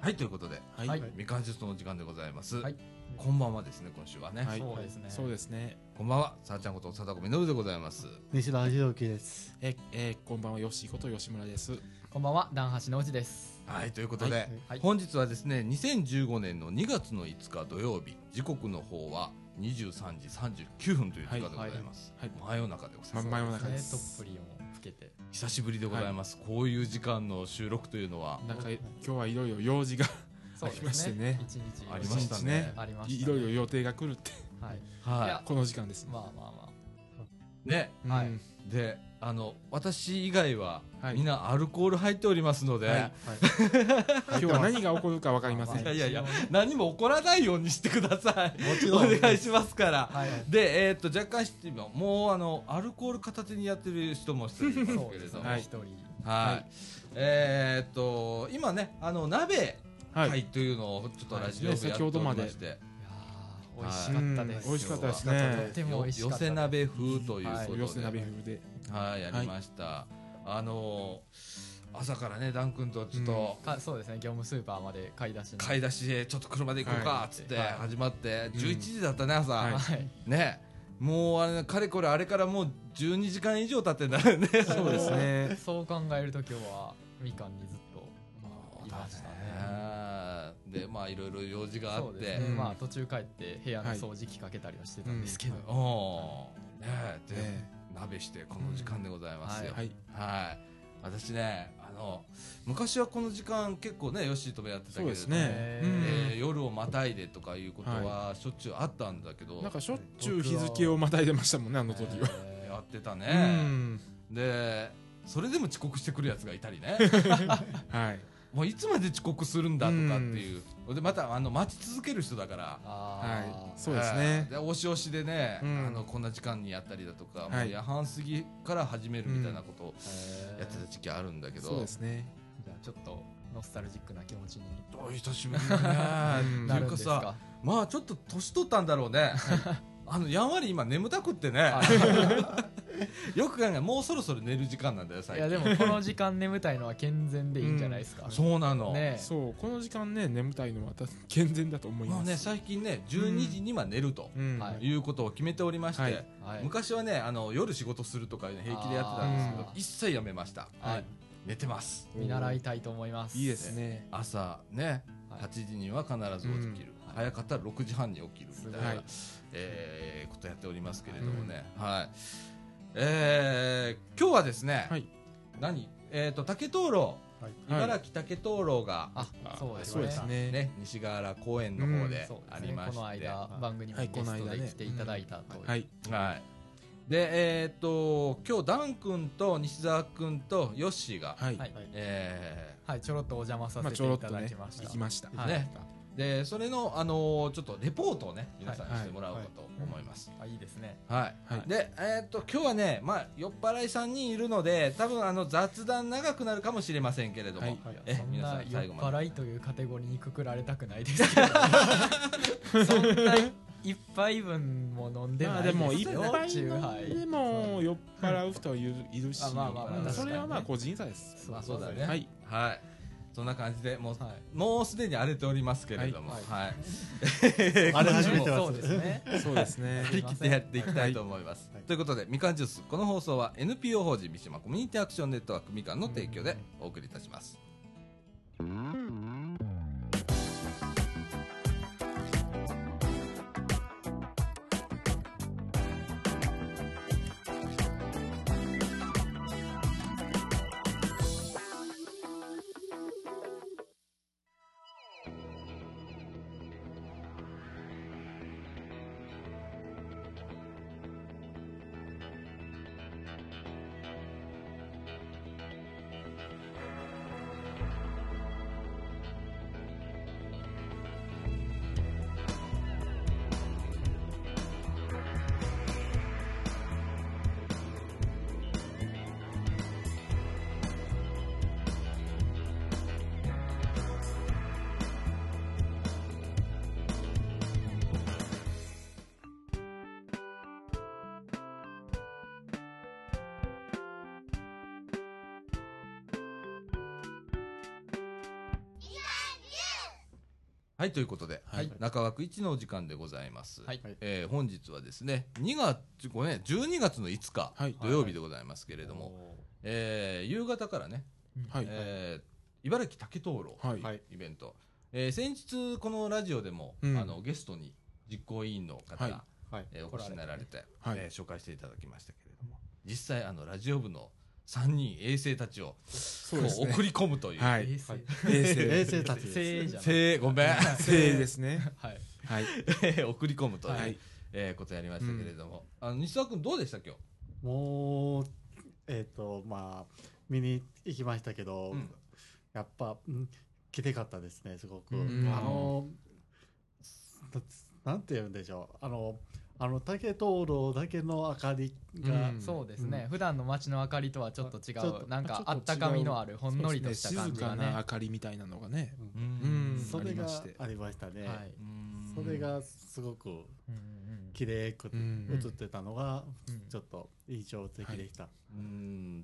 はい、ということで、はいはい未完術の時間でございます。はいこんばんはですね、今週はね。はい そうですねそうですね。こんばんは、さあちゃんこと貞子みのるでございます。西田ひろきです。え、えー、こんばんは、よしこと吉村です。こんばんは、ダンハシのうちです。はい、ということで、はい本日はですね、2015年の2月の5日土曜日、時刻の方は23時39分という時間でございます。はいはい真夜中でございます。真夜中でねすとっぷりをつけて。久しぶりでございます、こういう時間の収録というのは、なんか、今日はいろいろ用事がそうありましてね一日ありましたねありまいしいたろねいろ予定が来るって、はい。いはやこの時間ですね。まあまあまねはいうんであの私以外は、はいみんなアルコール入っておりますので、はい今日は何が起こるかわかりません。い、やいやいや何も起こらないようにしてくださいお願いしますから、あ。はい。でえーっと若干してみようもうあのアルコール片手にやってる人も一人いますそうけれですどねも、ははいい、一人。はいえーっと今ねあの鍋はい。会というのをちょっとラジオはい部やっておりまして、いやー美味しかったでうんす。美味しかったです美味しかっねたで。とても美味しよかったです。せ鍋風というはいことで、寄せ鍋風で。はい、やりました。あのー朝からね、ダン君とちょっと、かそうですね、業務スーパーまで買い出しに。買い出しでちょっと車で行こうはかっいつってはい始まって、うん11時だったね、朝。ははい。ね、もうあれ、かれこれあれからもう12時間以上経ってんだよね。そうですね。そう考えると今日は、みかんにずっと、まあ、いましたね。ね。で、まあいろいろ用事があそっうて、ですうね。んまあ、途中帰って部屋の掃除機かけたりはしてたんですけど。おーねで、ね鍋してこの時間でございますよ。はい。はい。私ね、あの、昔はこの時間結構ね、ヨッシーともやってたそうけれでどすも、ね。うでん夜をまたいでとかいうことはしょっちゅうあったんだけど、なんかしょっちゅう日付をまたいでましたもんね、あの時は。えやってたうね、ん。でそれでも遅刻してくるやつがいたりねはい。もういつまで遅刻するんだとかっていう、でまたあの待ち続ける人だからー。あはい。ーそうですはいね。で押し押しでね、うんあのこんな時間にやったりだとか、はいもう夜半過ぎから始めるみたいなことをへーやってた時期あるんだけど、そうですね。じゃあちょっとノスタルジックな気持ちにお久しぶりだね うんってないるうんかですさか。まあちょっと年取ったんだろうねあのやんわり今眠たくってねよく考えもうそろそろ寝る時間なんだよあ最い近やでもこの時間眠たいのは健全でいいんじゃないですか。 そうなの、ねえそう、この時間ね、眠たいのは私健全だと思いもうまねす。最近ね12時には寝ると、うん。はいいうことを決めておりまして、はいはい。昔はねあの夜仕事するとかいうの平気でやってたんですけどあー一切やめましたはい。寝てます見習いたいと思います。いいですね。朝ねはい8時には必ず起きる、早かったら6時半に起きるみたいな、はいえーことやっておりますけれどもね、はいえー今日はですね、はい何えっ、と竹灯籠はい茨城竹灯籠が、ああ、そうですそうね。ですね。ね、西河原公園の方でそうですねありまして、この間番組にもはゲいこの間ストねで来ていただいたという。はい。はい。で、えーっと、今日、ダン君と西澤君とヨッシーが、はい。はいえはいちょろっとお邪魔さまあ、せちょろてっいとたね、だきまし行たき。ました。ーね、で、それの、あのーちょっとレポートをね、皆さんにはいしてもらおうかと思います。あいいですね。はい。はいはいで、えーっと、今日はね、まあ、酔っ払い3人いるので、多分、あの、雑談長くなるかもしれませんけれども、はいはいえそん皆さなん酔っ最後まで。払いというカテゴリーにくくられたくないですけど。そんな一杯分も飲んでまなあいでもでいすっよ。ぱいチューハ飲んイでも酔っ払う人はいるいるし、あまあまあまあうん確かそにねれはまあ個人差です。まあ、そうだね。はい。はい。そんな感じで、もう、はい。もうすでに荒れておりますけれども、ははい い。 あれ始めてそまうすで。すね。そうですね張。り切ってやっていきたいと思います。はいということで、みかんジュース、この放送は NPO 法人三島コミュニティアクションネットワークみかんの提供でお送りいたします。はいということで、はい中枠一のお時間でございます、はいえー本日はですね2月これね12月の5日はい土曜日でございますけれども、えー夕方からね、はいえー茨城竹灯籠はいはいイベント、えー先日このラジオでも、うんあのゲストに実行委員の方、はいはいえーお越しになられて、はいえー紹介していただきましたけれども実際あのラジオ部の3人衛星たちをそうですこうね送り込むという、は平い成平衛成星たちせでーすじゃない せーごめんせいですねはいはい 送り込むという、はいえーことやりましたけれども、あの西澤君どうでした今日もうえっ、とまあ見に行きましたけど、うんやっぱうんきてかったですねすごく、うんあのななんて言うんでしょうあのあの竹灯籠だけの明かりが、うんそうですね、う普段の街の明かりとはちょっと違ちょっうとなんかちょあっと違うったかみのあるほんのりとしたそう感ですじねが静ねかな明かりみたいなのがねうんんそれあがりましてありましたね、はいうんそれがすごくうんうん綺麗くうん映ってたのがうんちょっと印象的でした、うん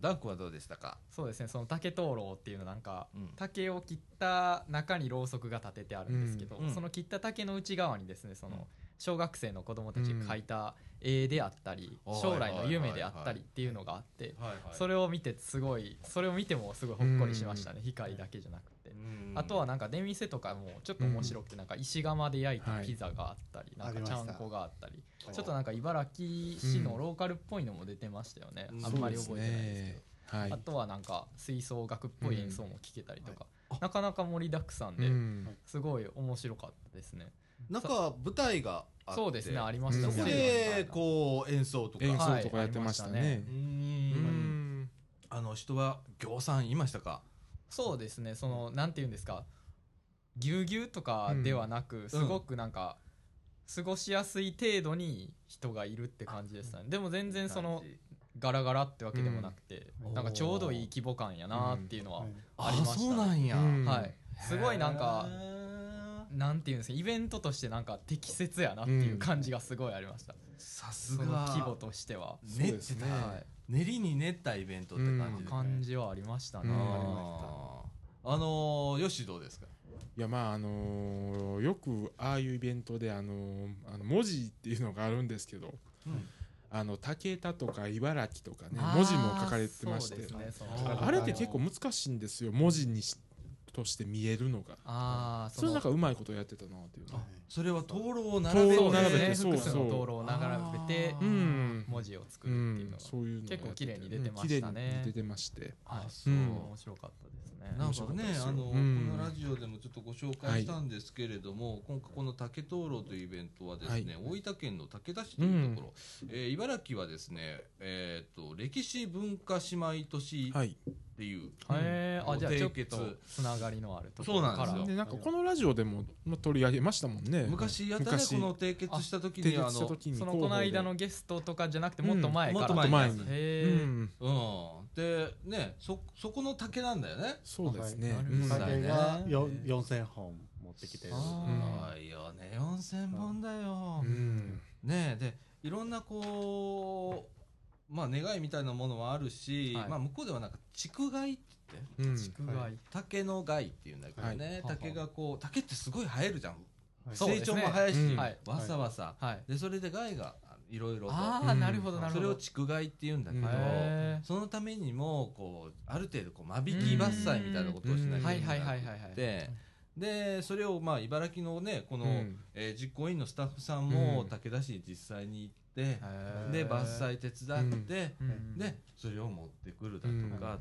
ダンクはどうでしたか、そうですねその竹灯籠っていうのなんかうん竹を切った中にろうそくが立ててあるんですけど、うんその切った竹の内側にですねそうんの小学生の子供たちが描いた絵であったり、うん将来の夢であったりっていうのがあって、はいはいそれを見てすごいそれを見てもすごいほっこりしましたね、光だけじゃなくて、うんあとはなんか出店とかもちょっと面白くてなんか石窯で焼いたピザがあったり、はいなんかちゃんこがあったりちょっとなんか茨城市のローカルっぽいのも出てましたよね、うんあんまり覚えてないですけそど。うですねはいあとはなんか吹奏楽っぽい演奏も聴けたりとか、なかなか盛りだくさんで、うんすごい面白かったですね。中は舞台があってそうですねありましたうねそんこでこう演奏とか演は奏いとかやってましたありねううんんあの人は行さんいましたかそうですねそのなんて言うんですかぎゅうぎゅうとかではなく、すごくなんか過ごしやすい程度に人がいるって感じでしたねでも全然そのガラガラってわけでもなくて、うんなんかちょうどいい規模感やなっていうのは、はいありましたねそうなんや、うんはいすごいなんかへーなんていうんですかイベントとしてなんか適切やなっていう感じがすごいありました、さすそがの規模としては、練ってたそうですねはい練りに練ったイベントって感じで、うん感じはありましたね、うんあーあのー、よしどうですかいやまああのーよくああいうイベントであのーあの文字っていうのがあるんですけど、うんあの竹田とか茨城とかねあー文字も書かれてましそうてですねそのああれって結構難しいんですよ文字にしとして見えるのがああそれなんかうまいことやってたなっていうのはそれは灯籠を並べ灯そるう籠並べてでそすうねそう複数の灯籠を並べてあうーん文字を作うるっていうんのが、そういうの結構綺麗に出てまきれいにしたね出てましてはあいそう、うん面白かったですねなんか面白かったねですよあの、うんこのラジオでもちょっとご紹介したんですけれども、今回この竹灯籠というイベントはですね、大分県の竹田市というところ、えー茨城はですね、えー、と歴史文化姉妹都市はいっていう、へえうんあじゃあちょっ締結とつながりのあるところそうかならんでなんかこのラジオでもまあ取り上げましたもんね昔やったね昔この締結した時提にあ出したの時にそのこの間の広ゲストとかじゃなくてもっと前から、うんもっと前に報へえ、でうんうんでねそそこの竹なんだよねそうですねはいうんなるほど酒がようん4000本持ってきてるあううんまいよね4000本だよ、うんねえでいろんなこうまあ願いみたいなものはあるし、はいまあ向こうではなんか竹害って言ってうん地区外、は竹の害っていうんだけどね、はい竹がこう竹ってすごい生えるじゃん、はいそう成長も早いし、うんはいわさわさ、はいでそれで害がいろいろとああ、うんなるほどなるそほれどを竹害って言うんだけど、うんへーそのためにもこうある程度こう間引き伐採みたいなことをしなきゃはいいけなはいいはいはいっはいてでそれをまあ茨城のねこの、うんえー実行委員のスタッフさんもうん武田市に実際に行って、へでー伐採手伝って、うんでそれを持ってくるだとかう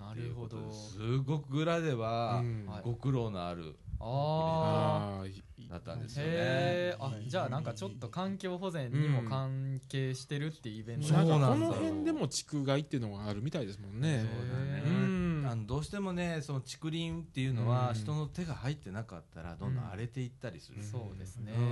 んっていうことでなるほどすごく裏では、うんはいご苦労のあるあああーいいだったんですよね。へえ、あ、じゃあなんかちょっと環境保全にも関係してるっていうイベントそうなんなんだかこの辺でも地区街っていうのがあるみたいですもんね。そうだねうんあのどうしてもねその竹林っていうのはうん人の手が入ってなかったらどんどん荒れていったりする、うんそうですね。うん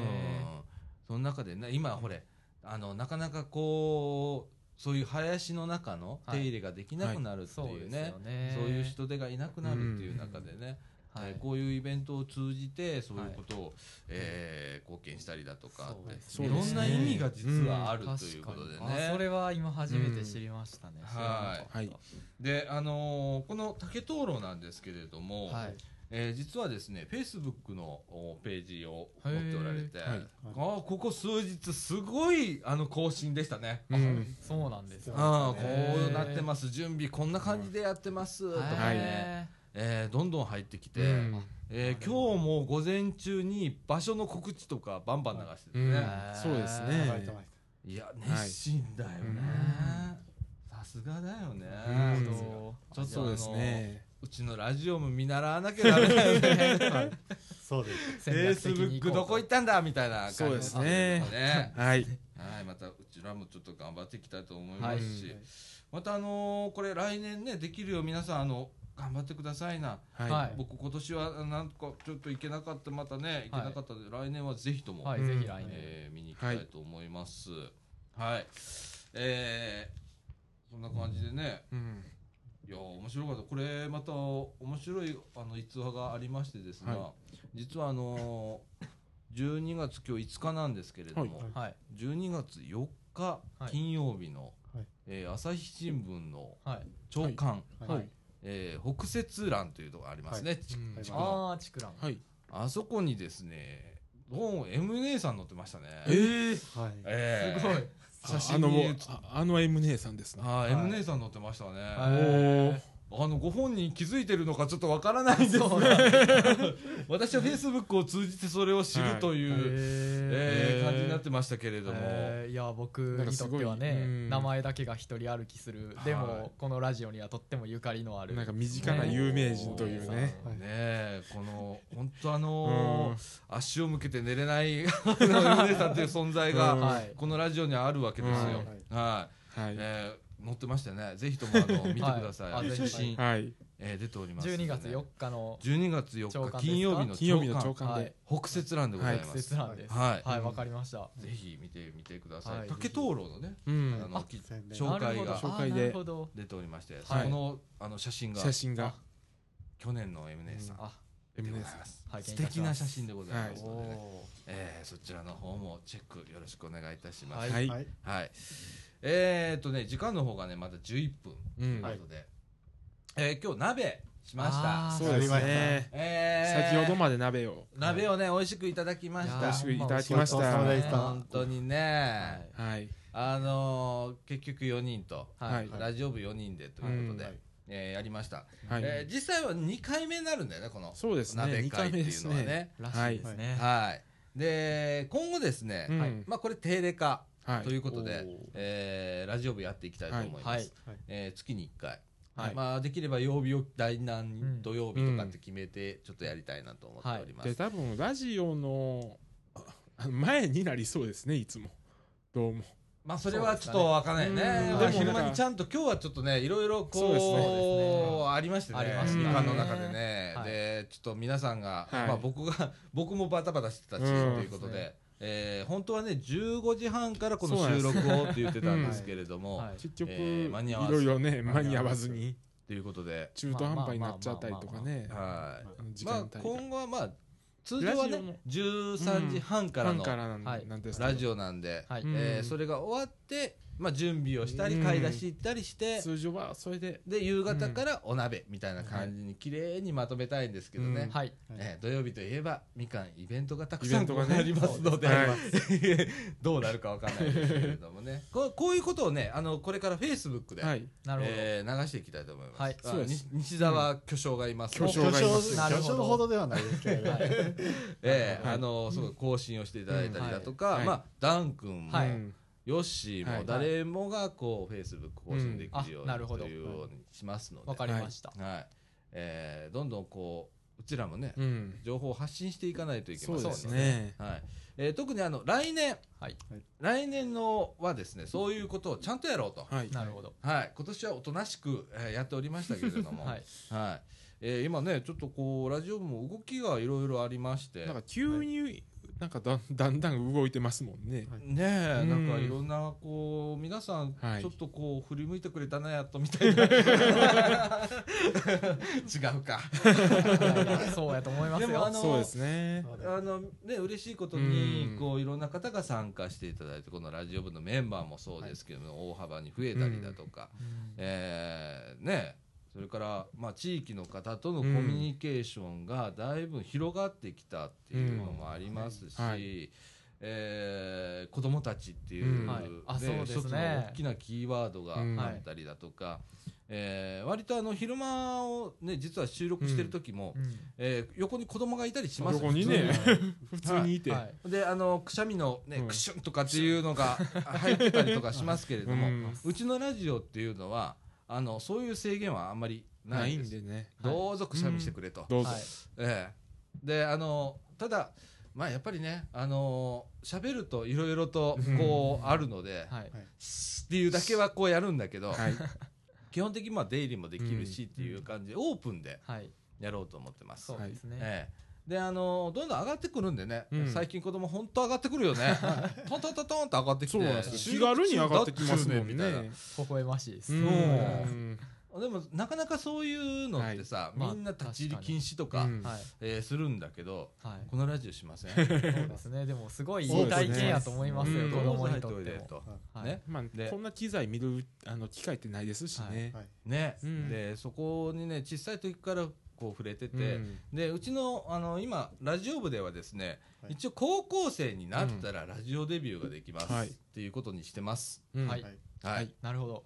その中でね今ほれあのなかなかこうそういう林の中の手入れができなくなるってそういでうすねよね。そういう人手がいなくなるっていう中でね、はえいーこういうイベントを通じてそういうことを、えー貢献したりだとかそうですいねろんな意味が実はある確かにということでね。あそれは今初めて知りましたね。はいはい。で、あのーこの竹灯籠なんですけれども、はい。えー実はですね、Facebook のおページを持っておられて、へーはいあーここ数日すごいあの更新でしたね。うんそうなんですよそうああ、へーこうなってます。準備こんな感じでやってます。とかはいね、えーどんどん入ってきて、うんえー今日も午前中に場所の告知とかバンバン流しててね、うんそうですね働いてましいや熱心だよね、さすがだよね、うんちょっとそうですねあのうちのラジオも見習わなきゃダメだ よねたそうですフェイスブックどこ行ったんだみたいな感じそうですねねはいはいまたうちらもちょっと頑張っていきたいと思いますし、はいまたあのーこれ来年ねできるよ皆さんあの頑張ってくださいなははい僕今年はなんとかちょっと行けなかったまたね行けなかったので、来年はぜひとも、はい、うんぜひ来年、えー見に行きたいと思いますはい、えーそんな感じでねいうんいや面白かったこれまた面白いあの逸話がありましてですが、は実はあのー12月今日5日なんですけれども、はいはいはい12月4日はい金曜日の、はいえー朝日新聞のはい朝刊、はいはいえー北摂欄というとこがありますね、ちうんちくのあーチクランはいあそこにですねどうも M 姉さん乗ってましたねええはいえーすごい写あ真のもにう写っああの M 姉さんですなはい、はい M 姉さん乗ってましたね、おへーーあのご本人気づいてるのかちょっとわからないんですが 私はフェイスブックを通じてそれを知るという、えーへー感じになってましたけれども、えーいやな僕んかにとすっごいてはねうん名前だけが一人歩きするではいもこのラジオにはとってもゆかりのあるなんか身近な有名人というねねはいえこの本当あうのんー足を向けて寝れないあの M 姉さんという存在うんがはいこのラジオにはあるわけですよ、うんはいはいえー乗ってましたねぜひともあの見てください、はいあ写真、はいえー出ておりますんでね、 12月4日の12月4朝日刊ですか金曜日の金曜日の朝朝刊刊はいで北節欄でございま季節す、なんですははい、いわかりましたぜひ見てみてください、はい竹灯籠のね、うあんのあき宣伝紹なる介ほどが紹介であなるほど出ておりまして、はいそのあの写真が写真が去年の M 姉さんあで M ござい姉さんます、拝見いたします素敵な写真でございますのでね、おえーそちらの方もチェックよろしくお願いいたします。ははいい。はいはいえーっとね、時間の方がね、まだ11分うんということで、えー今日鍋しました。あーそうですわかりまねえー先ほどまで鍋を鍋をね、美味しくいただきましいた。美や味ーしくいただきましごちそうさまたでした本当にね、はいあのー結局4人と、はいはいラジオ部4人でということで、うんはいえーやりました、はいえー実際は2回目になるんだよねこのそうですね鍋二会っ回て目いでうすのはねねらしいですねはいで今後ですね、うんまあ、これ定例化はいということで、おーえーラジオ部やっていきたいと思います、はいはいえー月に1回、はいまあ、できれば曜日を第う何ん土曜日とかって決めてちょっとやりたいなと思っております、で多分ラジオの あ前になりそうですねいつもどうもまあそれはちょっとわかんないねそうですかねまあ昼間うんにちゃんと今日はちょっとねいろいろそうですねこうありましてねありましたね時間の中でね、はいでちょっと皆さんが、はいまあ僕が 僕もバタバタしてたし、うんということそうで。ですねえー本当はね15時半からこのそうなん収です録をって言ってたんですけれども、はい結局、えー間にい合わずろいろね間間にに合合わわずずにということで、中途半端になっちゃったりとかはいねまああの時ま間あ帯が、今後はまあ通常はラジオねの13時半からファのンからなん,、はいなんですけどラジオなんで、はいうんえーそれが終わって、まあ、準備をしたりうん買い出し行ったりして、通常はそれでで夕方からお鍋みたいな感じに綺麗にまとめたいんですけどね、うんはいえー土曜日といえばみかんイベントがたくイさベんントこがこにねありますのではいどうなるかわかんないですけれども ねこうこういうことをねあのこれからフェイスブックで、はいなるほどえー流していきたいと思います,あ、はいそうですに西澤巨匠がいます、巨匠巨がいま匠すなる巨ほど匠ほどではないですけれどははいえーはいあのすごい更新をしていただいたりだとか、うんはいまあ、ダン君も、はういんヨッシーはもい誰もがこうフェイスブック更新できるよううんあになるほどというようにしますので、わかりましたはいえーどんどんこううちらもね、うん情報を発信していかないといけそまうせんのでですねはいえー特にあの来年、はい来年のはですねそういうことをちゃんとやろうと、はいなるほどはい、今年はおとなしく、えーやっておりましたけれど も、はいはいえー今ねちょっとこうラジオ部も動きがいろいろありましてなんか急に、なんかだんだんだん動いてますもんね、ねえ、うんなんかいろんなこう皆さんはいちょっとこう振り向いてくれたなやっとみた いな、違うかそうやと思いますでもあのよそうですねあのね嬉しいことにうんこういろんな方が参加していただいてこのラジオ部のメンバーもそうですけども、大幅に増えたりだとか、えーねそそれから、まあ、地域の方とのコミュニケーションがだいぶ広がってきたっていうのもありますし、うんはいえー子どもたちっていう,、うんはいあそうですね一つの大きなキーワードがうんあったりだとか、えー割とあの昼間を、ね、実は収録してる時も、えー横に子供がいたりします横にね普通にいて、はいであのくしゃみの、ねうんクシュンとかっていうのが入ってたりとかしますけれども、ううんちのラジオっていうのはあのそういう制限はあんまりなないいんでんすでねはいどうぞくしゃみしてくれと、どうぞ、はいええであのただまあやっぱりねあの喋るといろいろとこうあるので、はいシッっていうだけはこうやるんだけど、はい基本的にまあ出入りもできるしっていう感じでオープンではいやろうと思ってます。そうですねええ、であのどんどん上がってくるんでね、うん最近子供本当上がってくるよ ねトントントントンと上がってきてそうなんですよ気軽に上がってきますもんねみたいな微笑ましいですうそうなんですんでもなかなかそういうのってさ、はいみんな立ち入りまあ禁止とか、うんはいえーするんだけどはいこのラジオしませんそうですねでもすごいいい体験やと思いますようん子供にとっどうぞ入っておいてでもとはいねまあでこんな機材見るあの機会ってないですしね、はいね、うんでそこにね小さい時からこう触れてて、うんでうちのあの今ラジオ部ではですね、はい一応高校生になったらラジオデビューができます、はいっていうことにしてます。うんはいはいなるほど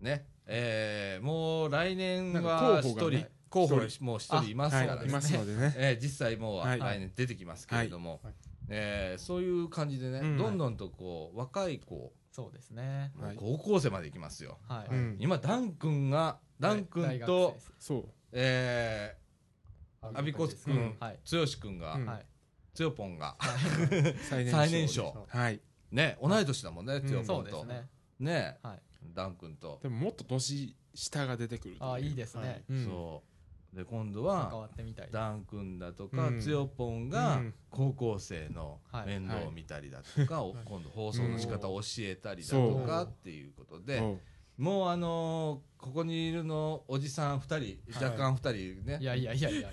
ね、えー、もう来年なはんか一候補人、がね候補一もう一人いますからはねい、いますのでね、 えー実際もうはい来年出てきますけれども、はいえーそういう感じでね、うんどんどんとこう若い子、そうですねはい高校生までいきますよ。はういん今ダン君がダン大君学生とですそうえはアビコ君はいー、剛君が、うんはいつよぽんが最年少最年少はいね同い年だもんね、つよぽそんうですとねねはいダン君と、でももっと年下が出てくるとああいいでですねすそうで今度関はわってみたいダン君だとか、うんつよぽんうがん高校生のはい面倒を見たりだとか、お今度放送の仕方を教えたりだとかっていうことで、そうもうあのーここにいるのおじさん2人はい若干2人いね、やいやいやいや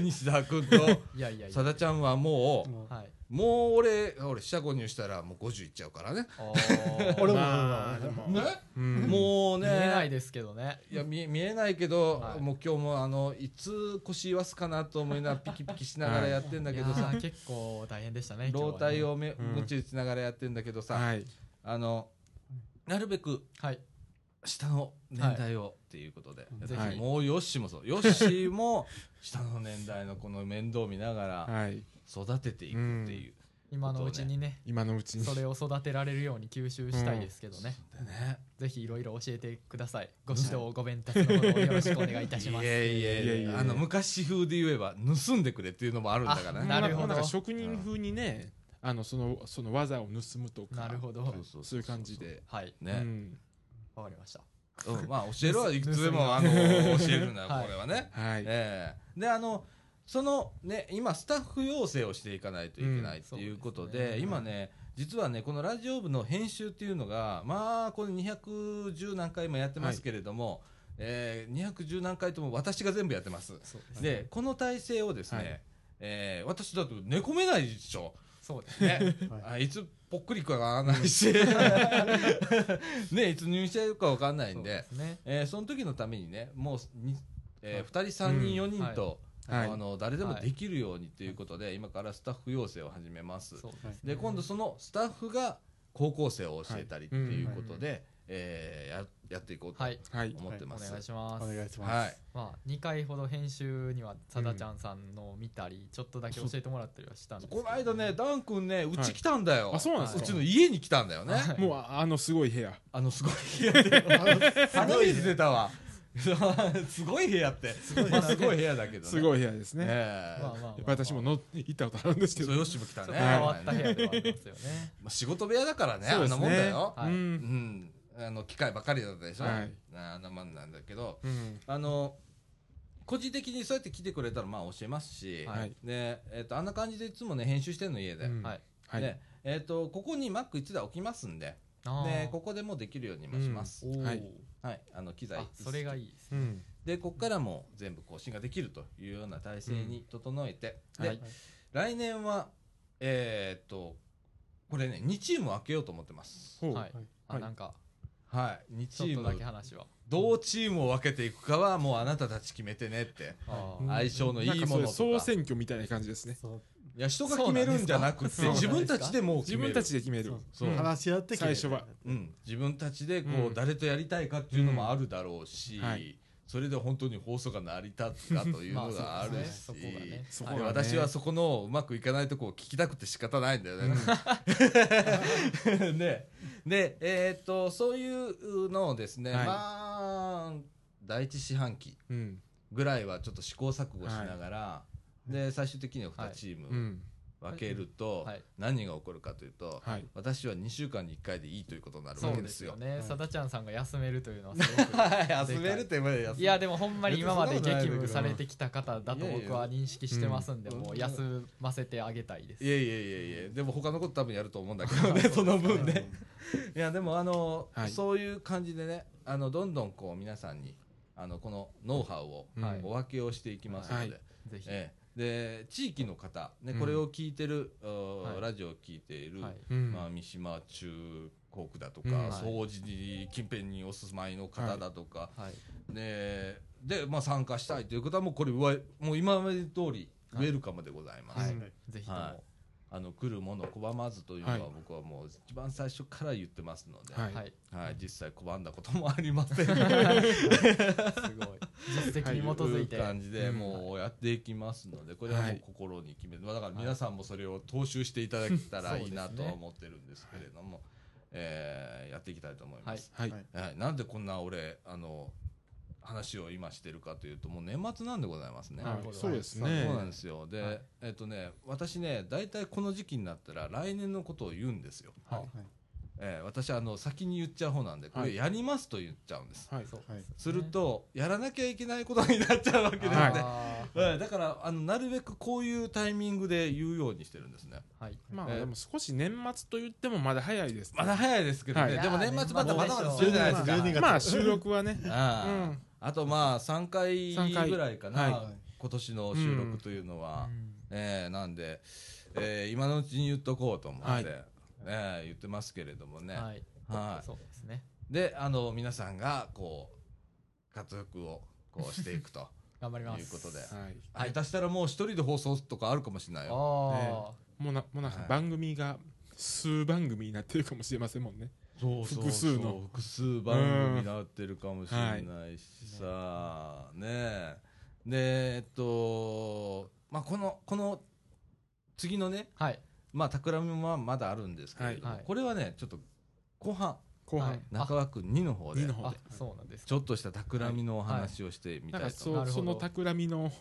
西田君といやいやいさやだちゃんはもう、もうはいもう俺俺四捨五入したらもう50いっちゃうからね、おー俺もまあでもねうんもう見ねえないですけどねいや見え見えないけど、はいもう今日もあのいつ腰言わすかなと思いながらピキピキしながらやってんだけどいやさ、ー結構大変でしたね今日は老ね体をめうんむち打ちながらやってんだけどさ、はいあのなるべくはい下の年代をっていうことで、いやってはいもうヨッシーもそうヨッシーも下の年代のこの面倒を見ながらはい育てていくっていう、今のうちにね今のうちにそれを育てられるように吸収したいですけどね、でねぜひいろいろ教えてくださいご指導ご鞭撻のほどよろしくお願いいたします いえいえいいええいえあの昔風で言えば盗んでくれっていうのもあるんだからねなるほどまあんか職人風にねあのそのその技を盗むとかなるほどそそういう感じではいうんね、わかりましたうんまあ教えろはいくつでもあ盗のみ教のえるなはいこれはね、はいええであのそのね今スタッフ養成をしていかないといけないうんっていうことそうでで,、すね今ね実はねこのラジオ部の編集っていうのがまあこれ210何回もやってますけれども、えー210何回とも私が全部やってます。そうですねでこの体制をですね、はいえー私だと寝込めないでしょ、そうです ねはいあいつぽっくりかがないし、 ね、いつ入院してるかわかんないんでそうですねえーその時のためにねもうに、え2人3人4人と、はいあの誰でもはいできるようにということで、今からスタッフ養成を始めますそうですねで今度そのスタッフが高校生を教えたりっていうことで、えーややっていこうとはいはい思っておます、願いしますお願いしはまいす。まあ2回ほど編集にはさだちゃんさんのを見たりちょっとだけ教えてもらったりはしたんですけこどの間ねダン君ねうち来たんだよ、あそうなんですかうちの家に来たんだよね、はいもうああのすごい部屋あのすごい部屋で鼻水出たわ すごい部屋ってすごい,、まあ、すごい部屋だけどねすごい部屋ですねええまあまあまあまあやっぱ私も乗って行ったことあるんですけそどうヨッシーも来たちょねっと変わった部屋ではありますよ ねまあ、仕事部屋だからねあそうでんすなねもんだよ、はういんうん、あの機械ばかりだったでしょ、はいあんなもんなんだけどうんあの個人的にそうやって来てくれたらまあ教えますし、はいでえっとあんな感じでいつもね編集してんの家で、うんはいはいでえっとここに Mac1 台置きますんであでーここでもうできるようにもします、おーはいはい、あの機材あそれがいいですうんでここからも全部更新ができるというような体制に整えて、うんで、はい来年はえーっとこれね2チーム分けようと思ってますほうはいはいあなんかはい、2ちチょっーとムだけ話はどうチームを分けていくかはもうあなたたち決めてねってあうんー相性のいいものとかなんかそういう総選挙みたいな感じですねそういや人が決めるんじゃなくてそうなんです自か分たちでもう自決める分たちで決めるそううん話し合って決める最初はうん、自分たちでこう、うん誰とやりたいかっていうのもあるだろうし、うんはいそれで本当に放送が成り立ったというのがあるし、そうですねそそここががでね私ねはいはそこのうまくいかないとこを聞きたくて仕方ないんだよ ね。 ねで、えーっとそういうのをですね、はいまあ第一四半期うんぐらいはちょっと試行錯誤しながら、で最終的には2チーうムん分けると、はい何が起こるかというと、はい私は2週間に1回でいいということになるそわうけでですすよよ。ねうんさだちゃんさんが休めるというのはすはごい、く遊べるってまで休いやでもほんまに今まで激務されてきた方だといやいや僕は認識してますんでうんもう休ませてあげたいですいやいやいやいや、でも他のこと多分やると思うんだけどね、その分ね。いや、でもあの、はいそういう感じでね、あの、どんどんこう皆さんに、あの、このノウハウをはいお分けをしていきますので、はいぜひええで、地域の方、ね、うんこれを聞いてる、おはいラジオを聞いている、はいうんまあ、三島中国区だとうんか、はい総知事近辺にお住まいの方だとか、はいでで、まあ、参加したいという方はもうこれうわもう今まで通りウはいェルカムでございます、はいうんぜひとはもあの来るもの拒まずというのははい僕はもう一番最初から言ってますので、ははいい はい実際拒んだこともありませんすごい実績に基づいてとう感じでうんもうやっていきますのでこれはもはうい心に決めて、まあだから皆さんもそれを踏襲していただけたらいいなそうとですねは思ってるんですけれども、えーやっていきたいと思います。はいはい、なんでこんな俺あの話を今してるかというともう年末なんでございますね。なはるほどいそうですそねうなんですよで、はいえっとね私ね大体この時期になったら来年のことを言うんですよ、はいえー私あの先に言っちゃう方なんでこはれいやりますと言っちゃうんです、はいそうはいするとやらなきゃいけないことになっちゃうわけですね、はいあーはいだからあのなるべくこういうタイミングで言うようにしてるんですねはいまあえーでも少し年末と言ってもまだ早いですまだ早いですけどはいね、でも年末またいやーまだまだするじゃないですか、年末12月まあ収録はねあーうんあとまあ3三回回ぐらいかなはい今年の収録というのは、うんえーなんで、えー今のうちに言っとこうと思って、はいえー言ってますけれどもね、はいはいそうですねであの皆さんがこう活躍をこうしていく と頑張りまというすことではいあ下手したらもう一人で放送とかあるかもしれないよあもうなもうなんかはい番組が数番組になってるかもしれませんもんねそうそうそう複数の複数番組になってるかもしれないしさ、ねえでえっとまあこのこの次のねあはいまあ企みもまだあるんですけれども、はいはいこれはねちょっと後半後は半い中枠2の方で2の方あでそうなんですちょっとした企みのお話をしてみたないんと思かいます、そうなるほそどの企みの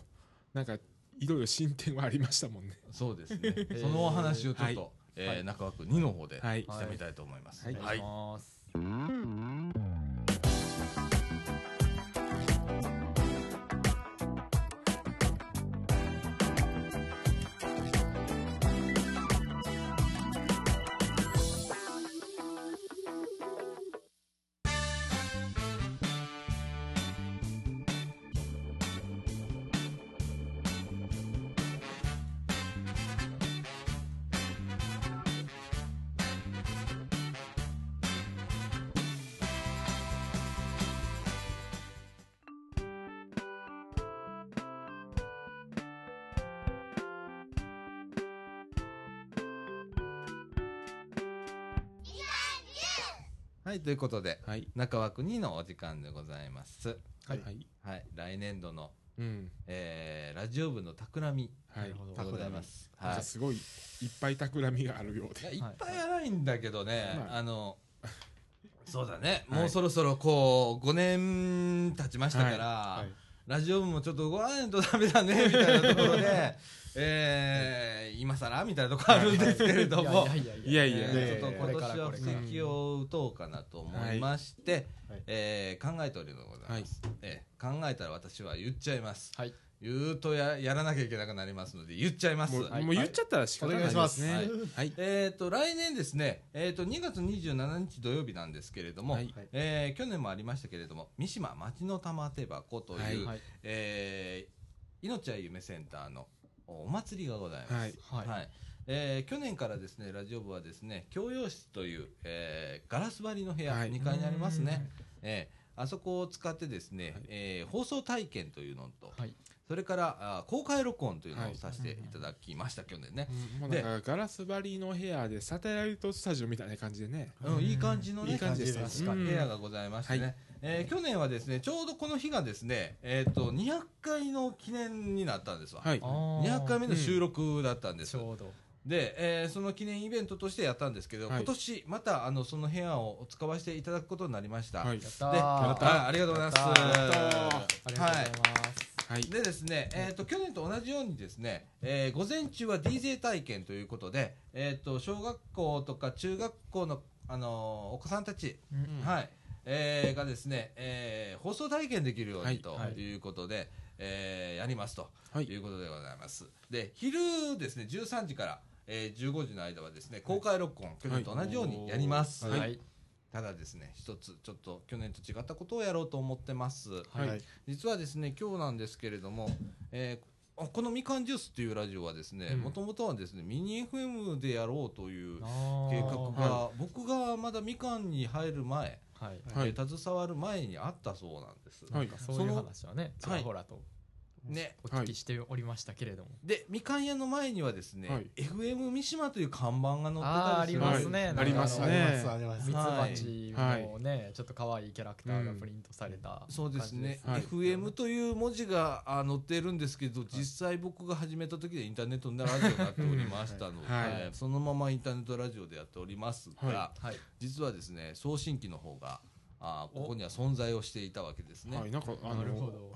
なんかいろいろ進展はありましたもんねそうですねーそのお話をちょっはと、えはーい中枠2の方ではいしてみたいと思います、はいおは願いいしますはい、ということではい中枠2のお時間でございますははいいはい来年度の、うんえーラジオ部の企みはいなるほどでございますじはゃいあすごいいっぱい企みがあるよういやでいっぱいはないんだけどね、はいあのそうだね、はいもうそろそろこう5年経ちましたから、はいラジオ部もちょっと動かないとダメだねみたいなところ で、えー、今更みたいなところあるんですけれどもい。やいやいやいやいやえーちょっとこれ今から年はこれから布石を打とうかなと思いまして、はいえー考えておりのでございます、えー考えたら私は言っちゃいますはい言うとややらなきゃいけなくなりますので言っちゃいますもはいうもう言っちゃったら仕方ないお願でいしすまねすはいはいえー、と来年ですね、えー、と2月27日土曜日なんですけれども、はいえー去年もありましたけれども三島町の玉手箱という、はいえー命は夢センターのお祭りがございます。はいはいはいええー去年からですねラジオ部はですね教養室という、えーガラス張りの部屋、2階にありますね、えーあそこを使ってですね、えー放送体験というのと、はいそれからあー公開録音というのはをいさせていただきました、去年ね、もうなんかガラス張りの部屋でサテライトスタジオみたいな感じでねうんうんいい感じのねいい感じでした確かにうん部屋がございましてね、はいえー去年はですねちょうどこの日がですね、えー、と200回の記念になったんですわ、はいあー200回目の収録だったんです、ちょうどで、えーその記念イベントとしてやったんですけど、はい今年またあのその部屋を使わせていただくことになりました、はいやったーでやったあありがとうございますやったーやありがとうございます、はいでですね、えー、と去年と同じようにですね、えー午前中は DJ 体験ということで、えー、と小学校とか中学校の、あのーお子さんたち、うんはいえーがですね、えー放送体験できるようはにいとはいいうことで、えーやりますとはいいうことでございます。で昼ですね13時から、えー15時の間はですね公開録音、去年と同じようにやります。はいはいただですね一つちょっと去年と違ったことをやろうと思ってます。はいはい実はですね今日なんですけれども、えーあこのみかんジュースっていうラジオはですねうんもともとはですねミニ FM でやろうというあー計画が僕がまだみかんに入る前、はいはいえー携わる前にあったそうなんです、はいなんかそういう話はねちそらのほらとねお聞きしておりましたけれども、でみかん屋の前にはですね、はい FM 三島という看板が載ってあーたありりするますはね、いなんかありますねありますありミツますバチのね、ちょっと可愛いキャラクターがプリントされた、そうですね感じです FM という文字があ載っているんですけど実際僕が始めた時でインターネットのラジオになっておりましたので、はいはいえーそのままインターネットラジオでやっておりますが、ははい実はですね送信機の方があーおここには存在をしていたわけですね。はいなんかあなるほのど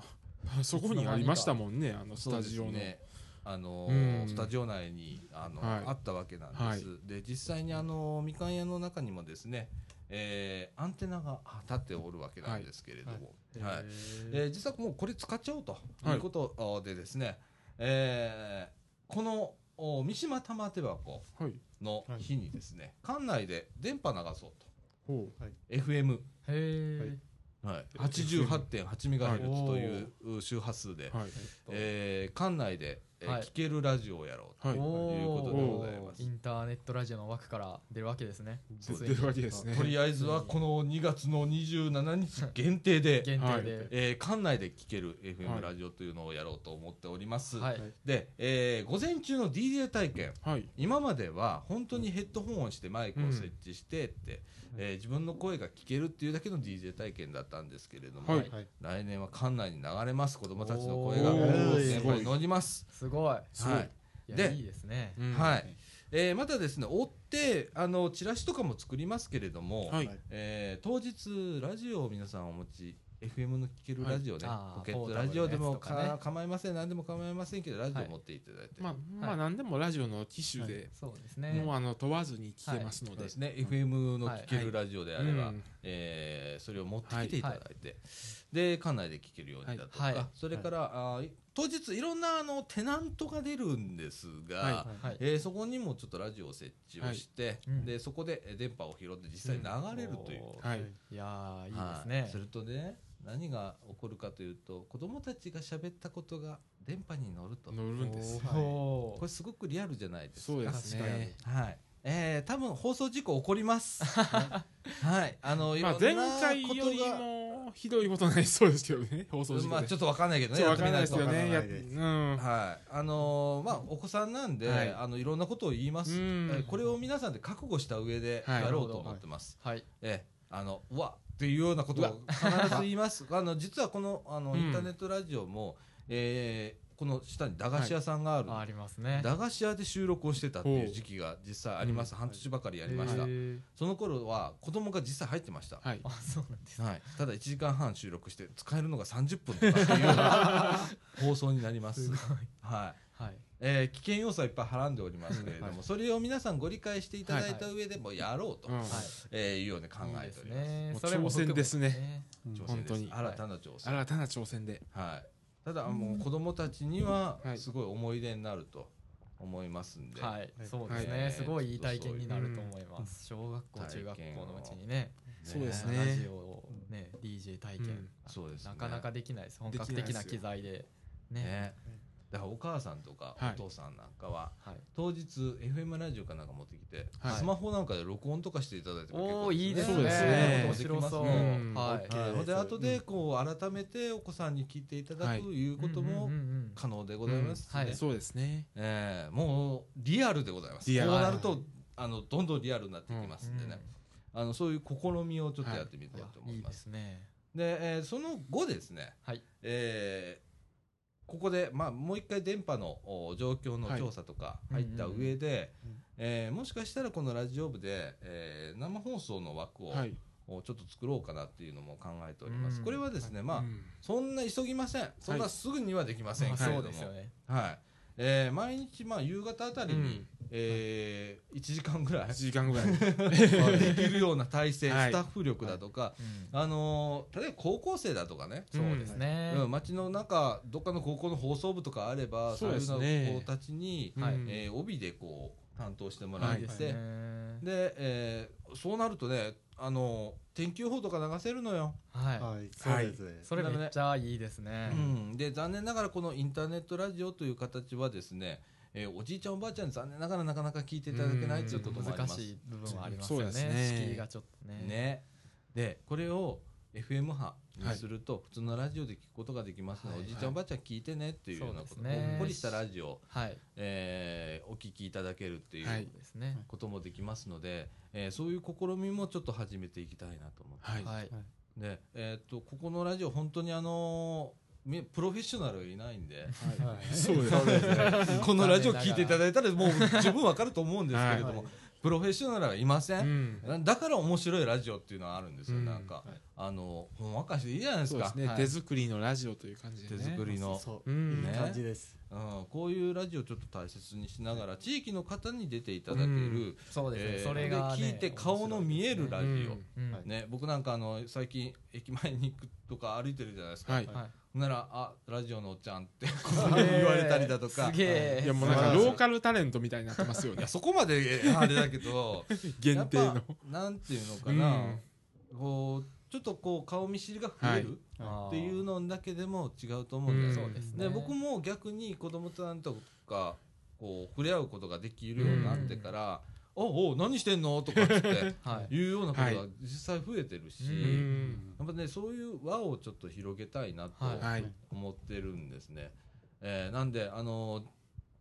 そこにありましたもんねあのスそうタですジオのねあのうーんスタジオ内にあの、はいあったわけなんです、で実際にあのみかん屋の中にもですね、えーアンテナがあ立っておるわけなんですけれども、はいええー実はもうこれ使っちゃおうということでですね、えーこのお三島玉手箱はいの日にですね、館内で電波流そうほと FM、ーへーはいはい、88.8メガヘルツという周波数で、うはいえー館内で、えーはい聞けるラジオをやろうと。はいいうことでございますインターネットラジオの枠から出るわけですね出てるわけですねとりあえずはこの2月の27日限定で、限定で、えー館内で聞ける FM はいラジオというのをやろうと思っております。はい、はいで、えー午前中の DJ 体験はい今までは本当にヘッドホンをしてマイクを設置してって、うんえー自分の声が聞けるっていうだけの DJ 体験だったんですけれども、はいはい来年は館内に流れます子どもたちの声がおー電波に乗ります。すごいごいはいいやでいいですねうんはいえーまたですね追ってあのチラシとかも作りますけれども、はいえー当日ラジオを皆さんお持ち FM の聴けるラジオね、はいあーポケットラジオでもポータブルのやつとかねか構いません何でも構いませんけどラジオはい持っていただいて、まあまはあい何でもラジオの機種でそうですねもうあの問わずに聞けますのそうでですね、FM の聴けるラジオであれば、うんえーそれを持ってきていただいて、で館内で聴けるようにだとか、はいはいそれから、あー当日いろんなあのテナントが出るんですが、はいはいえーそこにもちょっとラジオを設置をして、うんでそこでえー電波を拾って実際に流れるという。おーはいいやーいいですはいねするとね何が起こるかというと子供たちが喋ったことが電波に乗ると乗るんですおおこれすごくリアルじゃないですかそうですねはいえー、多分放送事故起こり ます、はいあのいまろあんな前回よことりがもひどいことになりそうですけどね放送 事ま故あでちちょょっとわかんないけどっねとやわってかみんないないとですよねややっっててみうんはいあのーまあお子さんなんで、はいい、あのいろんなことを言います、うえんーこれを皆さんで覚悟した上ではいやろうと思ってます、はいええ、あのうわっていうようなことを必ず言います。 あの実はこのあの、うんインターネットラジオも、えーこの下に駄菓子屋さんがある、あありますね駄菓子屋で収録をしてたっていう時期が実際あります。半年ばかりやりました。へーその頃は子供が実際入ってました。はいあそうなんですはい、ただ1時間半収録して使えるのが30分とかっていうような放送になりますすごいはいはいえー危険要素はいっぱいはらんでおりますけれども、はいそれを皆さんご理解していただいた上でもやろうと、うんはいえーいうように考いえいでてすおります。ねもうそれも含挑め戦ですねてうん挑戦です本当に新たな挑戦、新たな挑戦ではい、ただもう子供たちにははいすごい思い出になると思いますんで、はいはいそうですはねいすごいいい体験になると思います小学校中学校のうちにねそうですねラジオをね DJ 体う験んそうですねなかなかできないです本格できないで的なすよ機材でねねだからお母さんとかはいお父さんなんかは、はい当日 FM ラジオかなんか持ってきて、はいスマホなんかで録音とかしていただいても結お構おいいですそうねですね面白そう、できますねははいはいほんではい後でこう改めてお子さんに聞いていただく、はいい、ういことうもんうんうん可能でございます、うんはいねそうですね。えーもうリアルでございますリアルこうなるとあのどんどんリアルになっていきますんでうんね、あのそういう試みをちょっとやってみたいと思いいいま、ですすねで、えーその後ですね、はいえーここで、まあ、もう一回電波のお状況の調査とかは入いった上で、うんうんえーもしかしたらこのラジオ部で、えー生放送の枠をはい。おちょっと作ろうかなっていうのも考えております。うんこれはですね、まあ、うんそんな急ぎません。そんなすぐにはできませんけれそどうも。ですよねはい。えー毎日、まあ、夕方あたりに、うんえー1時間ぐ らい1時間ぐ らでい。きるような体制、はいスタッフ力だとか、あのー例えば高校生だとかね、そうですね、うん、街の中どっかの高校の放送部とかあればそ,、そううですねいうような子たちに、はいうんえー帯でこう担当してもらっはいて、でねで、えーそうなるとねあの天気予報とか流せるのよ、はい、はい、そうですね。それめっちゃいいですねうん、で残念ながらこのインターネットラジオという形はですね、えーおじいちゃんおばあちゃんに残念ながらなかなか聞いていただけないということもありま難すしい部分はありますそうよでねすね敷居がちょっとねね、でこれを FM 波にすると普通のラジオで聞くことができますので、はいおじいちゃんおばあちゃん聞いてねっていうようなこそと、うですねほっこりしたラジオ、はいえーお聞きいただけるっていうはそいうですねこともできますので、えーそういう試みもちょっと始めていきたいなと思って、はい。はいで、えーっとここのラジオ本当にあのーみプロフェッショナルいないんではいそうですそうですね。このラジオ聞いていただいたらもう十分わかると思うんですけれども、はいプロフェッショナルはいませんう、んなだから面白いラジオっていうのはあるんですよ、うんなんか、はいあのほんわかしていいじゃないですそうかですね。はい手作りのラジオという感じでね。手作りの、そうう、んいい感じです。うん、こういうラジオちょっと大切にしながら地域の方に出ていただける、うんそうですね、えーそれが、ね、で聞いて顔の見えるラうジオんうんはいね、僕なんかあの最近駅前に行くとか歩いてるじゃないですか、はい。はほんなら「あラジオのおっちゃん」ってい言われたりだとかすげえいやもうなんか素晴らしいローカルタレントみたいになってますよいね や。そこまでえあれだけどや限っ定ぱ。のなんていうのかな、こうちょっとこう顔見知りが増えるあーっていうのだけでも違うと思うんだよね、そうですねで僕も逆に子供さんとかこう触れ合うことができるようになってから「おうおう何してんの?」とかっつってはいいうようなことがはい実際増えてるし、ううんん。やっぱねそういう輪をちょっと広げたいなとはいはい。思ってるんですね。えーなんであの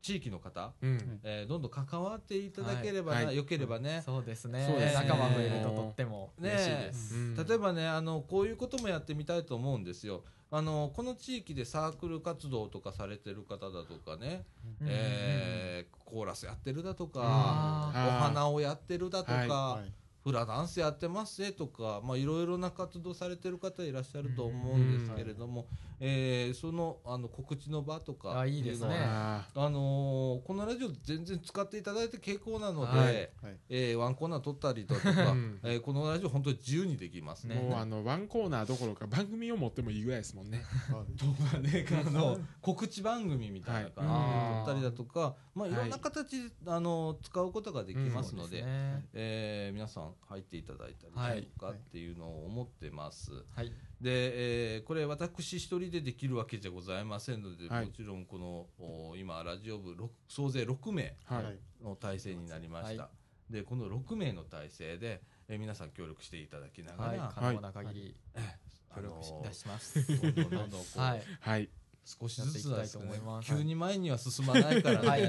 地域の方、うん。えーどんどん関わっていただければな、はい良はいければね、そうですねそうですね仲間増えるととってもね嬉しいです、うん例えばねあのこういうこともやってみたいと思うんですよあのこの地域でサークル活動とかされてる方だとかね、うんえーコーラスやってるだとか、あおあー花をやってるだとか、はい。フラダンスやってますねとかまあいろいろな活動されてる方いらっしゃると思うんですけれども、えーそのあの告知の場とかあいいですねってうのはああのーこのラジオ全然使っていただいて結構なので、はいはいえーワンコーナー撮ったりだとか、うんえーこのラジオ本当に自由にできますーね。ねもうあのワンコーナーどころか番組を持ってもいいぐらいですもんね。とかね、あの告知番組みたいな感じではい撮ったりだとか、まあ、はいいろんな形で、あの使うことができますので,、そうですねえー皆さん入っていただいたりだとかっていうのを思ってます。はいで、えーこれ私一人でできるわけじゃございませんので、はいもちろんこのお今ラジオ部ろく総勢6名はい。の体制になりました。はでこの6名の体制で、えー皆さん協力していただきながはいら、可能な限りあ協の力し出します、どんどんどんどんこう、はいはい。少しずつなんですけどねやっていきたいと思います急に前には進まないからね、はい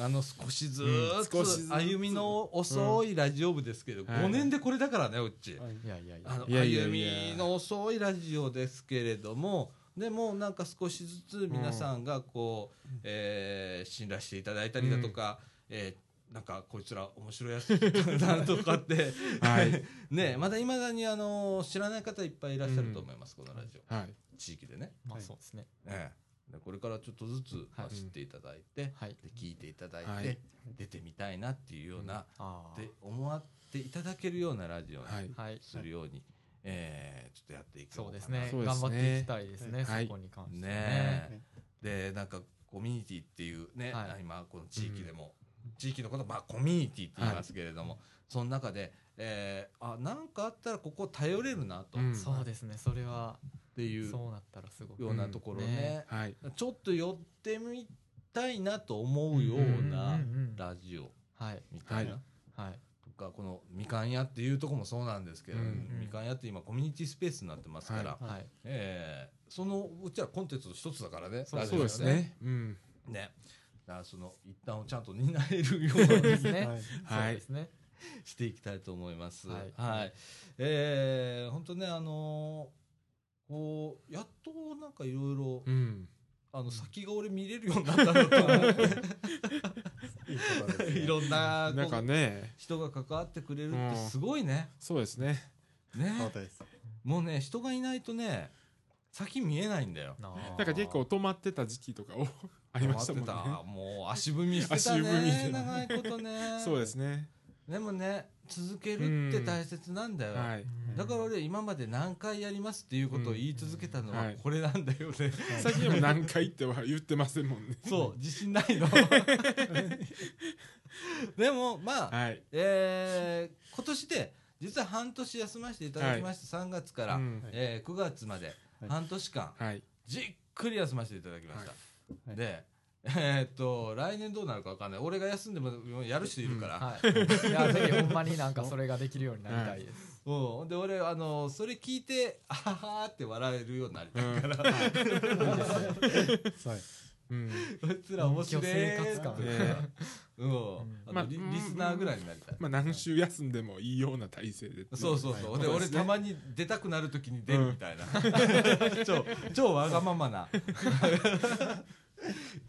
あの少しずうん少しずつつ歩みの遅いラジオ部ですけど、はい5年でこれだからねうち、はいいやいやいやあのいやいや歩いやみの遅いラジオですけれどもでもなんか少しずつ皆さんがこう、えー信頼していただいたりだとか、えーなんかこいつら面白いやつだなとかって、はい。 ねまだいまだにあの知らない方いっぱいいらっしゃると思います、このラジオはい。地域でね。まあそうですねええ、でこれからちょっとずつ、まあはい知っていただいて、はいで聞いていただいて、はい出てみたいなっていうような、あで思わっていただけるようなラジオにはい。あはいするように、ええちょっとやっていこうそうかでなすねそうですね頑張っていきたいですね、はいそこに関してはねねえでなんかコミュニティっていうね、はい今この地域でも、地域のことまあコミュニティって言いますけれども、その中で、ええあなんかあったらここ頼れるなと、うんそうですねそれはっていうそうなったらすごくようなところね,、はいちょっと寄ってみたいなと思うようなうんうんうんうんラジオはいみたいな、ははいとかこのみかん屋っていうとこもそうなんですけど、うんうんみかん屋って今コミュニティスペースになってますから、ははいえーそのうちはコンテンツの一つだからねそうラジそオうはですねうんねだからその一端をちゃんと担えるようにねはいはいそうですねしていきたいと思います。ははいい。えー、本当ね、あのーこう、やっとなんかいろいろ、うんあの、先が俺見れるようになったなと思いいことっですて、ね いろんななんこかうね人が関わってくれるってすごいね。そうですねね。そうですもうね、人がいないとね、先見えないんだよ。ななんか結構止まってた時期とかを ありましたもんね止まってたもう足踏みしてたね。足踏みしてた長いことね 。そうですねでもね、続けるって大切なんだよ。はいだから俺今まで何回やりますっていうことを言い続けたのはこれなんだ よね、最近でも何回っては言ってませんもんねそう自信ない のでもまあ、はいえー今年で実は半年休ませていただきました、3月から、うんはいえー9月まではい半年間はいじっくり休ませていただきました、はいでえーっと来年どうなるか分かんない俺が休んでもやる人いるから、はいいやぜひほんまになんかそれができるようになりたいですうん、で俺あのそれ聞いてあははーって笑えるようになりたいから、はいうんこいつら面白い生活感ねうん、あまあのリうんリスナーぐらいになりたい。まあ何週休んでもいいような体制でそうそうそう。はで、いそうで俺すねたまに出たくなるときに出るみたいな。 超、超わがままな、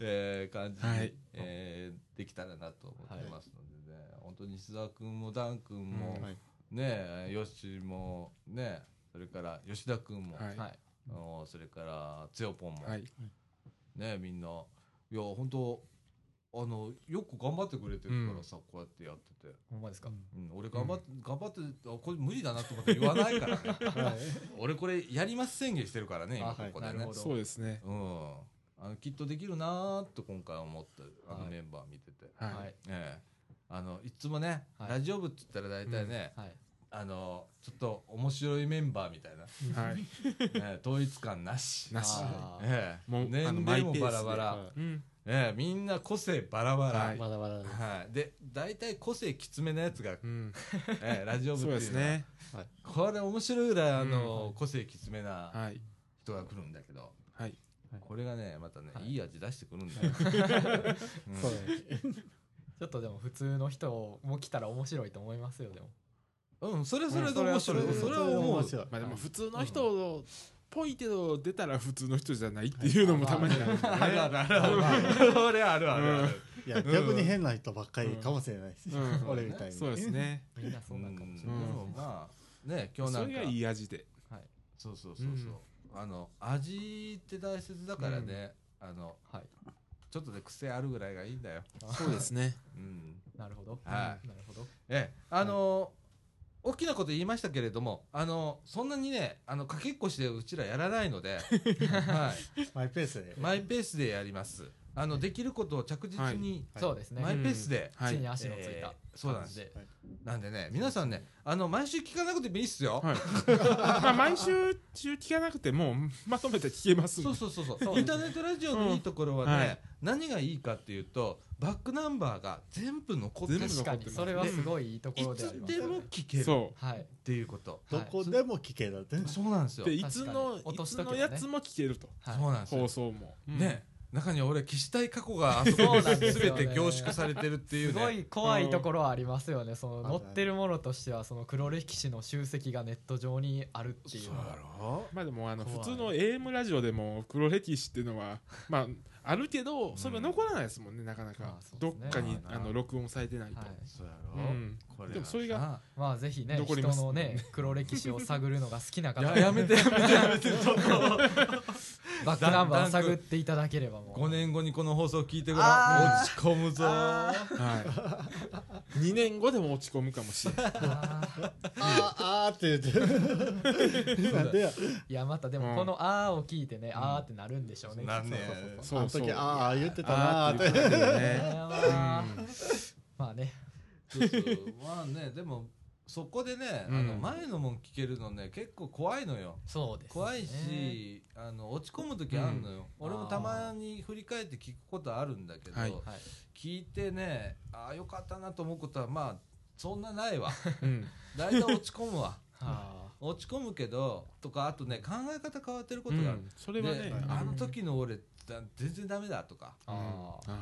えー感じに、はいえーできたらなと思ってますのでね。本当に石澤君もダン君も、うんはいね、ヨッシーも、ね、それから吉田君も、はいはいあのそれからつよぽんも、はいねみんないや本当あのよく頑張ってくれてるからさ、こうやってやってて、ほんまですかうん、俺頑張って、頑張ってあこれ無理だなってこと言わないからね はい俺これやります宣言してるからね今あこはいこでなるね、ほどそうですねうんあのきっとできるなーと今回思ってあはのいメンバー見てて、はいはいええあのいつもね、はいラジオ部って言ったら大体ね、はいあのちょっと面白いメンバーみたいな、はいええ統一感なし、なしあーええもうあの年マ齢イもペースでバラバラ、はうんねえみんな個性バラバラ、ははいいまだまだですで大体個性きつめのやつが、うんええラジオ部そっうてでいすうのはねこれ面白いぐらいあの、個性きつめなはい人が来るんだけどはいこれがねまたね、はいい、い味出してくるんだよ、 うんそうですちょっとでも普通の人も来たら面白いと思いますよでもうん、それはそれで面白い、うんそれは思う面白いまあでも普通の人っぽいけど出たら普通の人じゃないっていうのもたまにあるんでねあるあるあるある俺あるあるある、いや逆に変な人ばっかりかもしれないでうすん俺みたいにそうですねみんなうそんうなんかもしでれないですもねまあね今日なそんれかがいい味ではいそうそうそうそう、あの味って大切だからね、あのはいちょっとで癖あるぐらいがいいんだよそうですねうんなるほどはなるほどええ、あのー大きなこと言いましたけれども、あのーそんなにね、あの、かけっこしてうちらやらないので、はマイペースでい、マイペースでやります。あの、できることを着実に、はいそうですねマイペースで、は地いに足のついえたーそうなんですでなんでね、皆さんね、あの、毎週聞かなくてもいいっすよ。はいまあ毎週中聞かなくてもまとめて聞けますんでそうそうそうそそうう。インターネットラジオのいいところはね、うんはい何がいいかっていうと、バックナンバーが全部残ってる。全部残確かってにますそれはすごいいいとこいろでありつますでよねも聞けるっそはいていうこと。どはいこでも聞けだってねそうなんですうよ。でそいつの確かにい落とつしとけばのねやつも聞けるとはいうなんですよ放。送もうんね、中には俺消したい過去があそそこうなんにです全よねて凝縮されてるっていすうごね。い怖いところはありますよね、その載あってるものとしてはその黒歴史の集積がネット上にあるっていうそのうはやろまあでもあの怖い普通の AM ラジオでも黒歴史っていうのは まああるけどそれは残らないですもんねなかなまかあそうでどすねっかにまあなあの録音されてないとはいそうやうんこれでもそれがまあぜひね残人りますの ね黒歴史を探るのが好きなな方いややめてやめてやめてちょっとバックナンバーを探っていただければもう5年後にこの放送聞いてごらん落ち込むぞはい2 年後でも落ち込むかもしれないあーあーって言ってなんでやいやまたでもこの「あー」を聞いてね、あーってなるんでしょうねなんねそうそそうそうそうあうそのう時ああ言ってたなあーーっってていう感じでね いやまあうんまあねそうそうまあねでもそこでね、うんあの前のもん聞けるのね結構怖いのよそうですね怖いし、あの落ち込む時あるのよ、うん俺もたまに振り返って聞くことあるんだけど、はいはい聞いてねああよかったなと思うことはまあそんなないわ うん大体落ち込むわは落ち込むけどとかあとね考え方変わってることがある、うんそれはでねあるの時の俺だ全然ダメだとか、ああうんう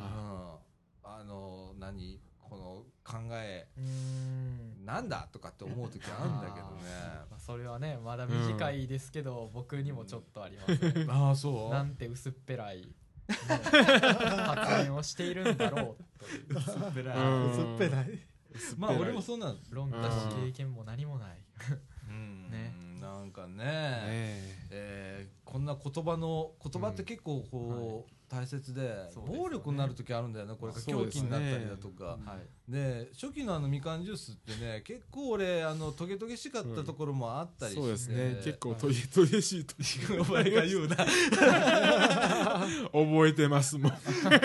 んああの何この考えーうーんなんだとかって思う時あるんだけどねまあそれはねまだ短いですけど、僕にもちょっとあります ね、ああそなんて薄っぺらい、ね 発言をしているんだろうといううん薄っぺらい。まあ俺もそうなん論だし経験も何もないうんねなんかねねええーこんな言葉の言葉って結構こう、大切でそうですよね暴力になる時あるんだよねこれがそう狂です気ねになったりだとかうんはいで初期のあのみかんジュースってね結構俺あのトゲトゲしかったところもあったりして、そうですね結構トゲゲトゲしいとお前が言うな覚えてますもん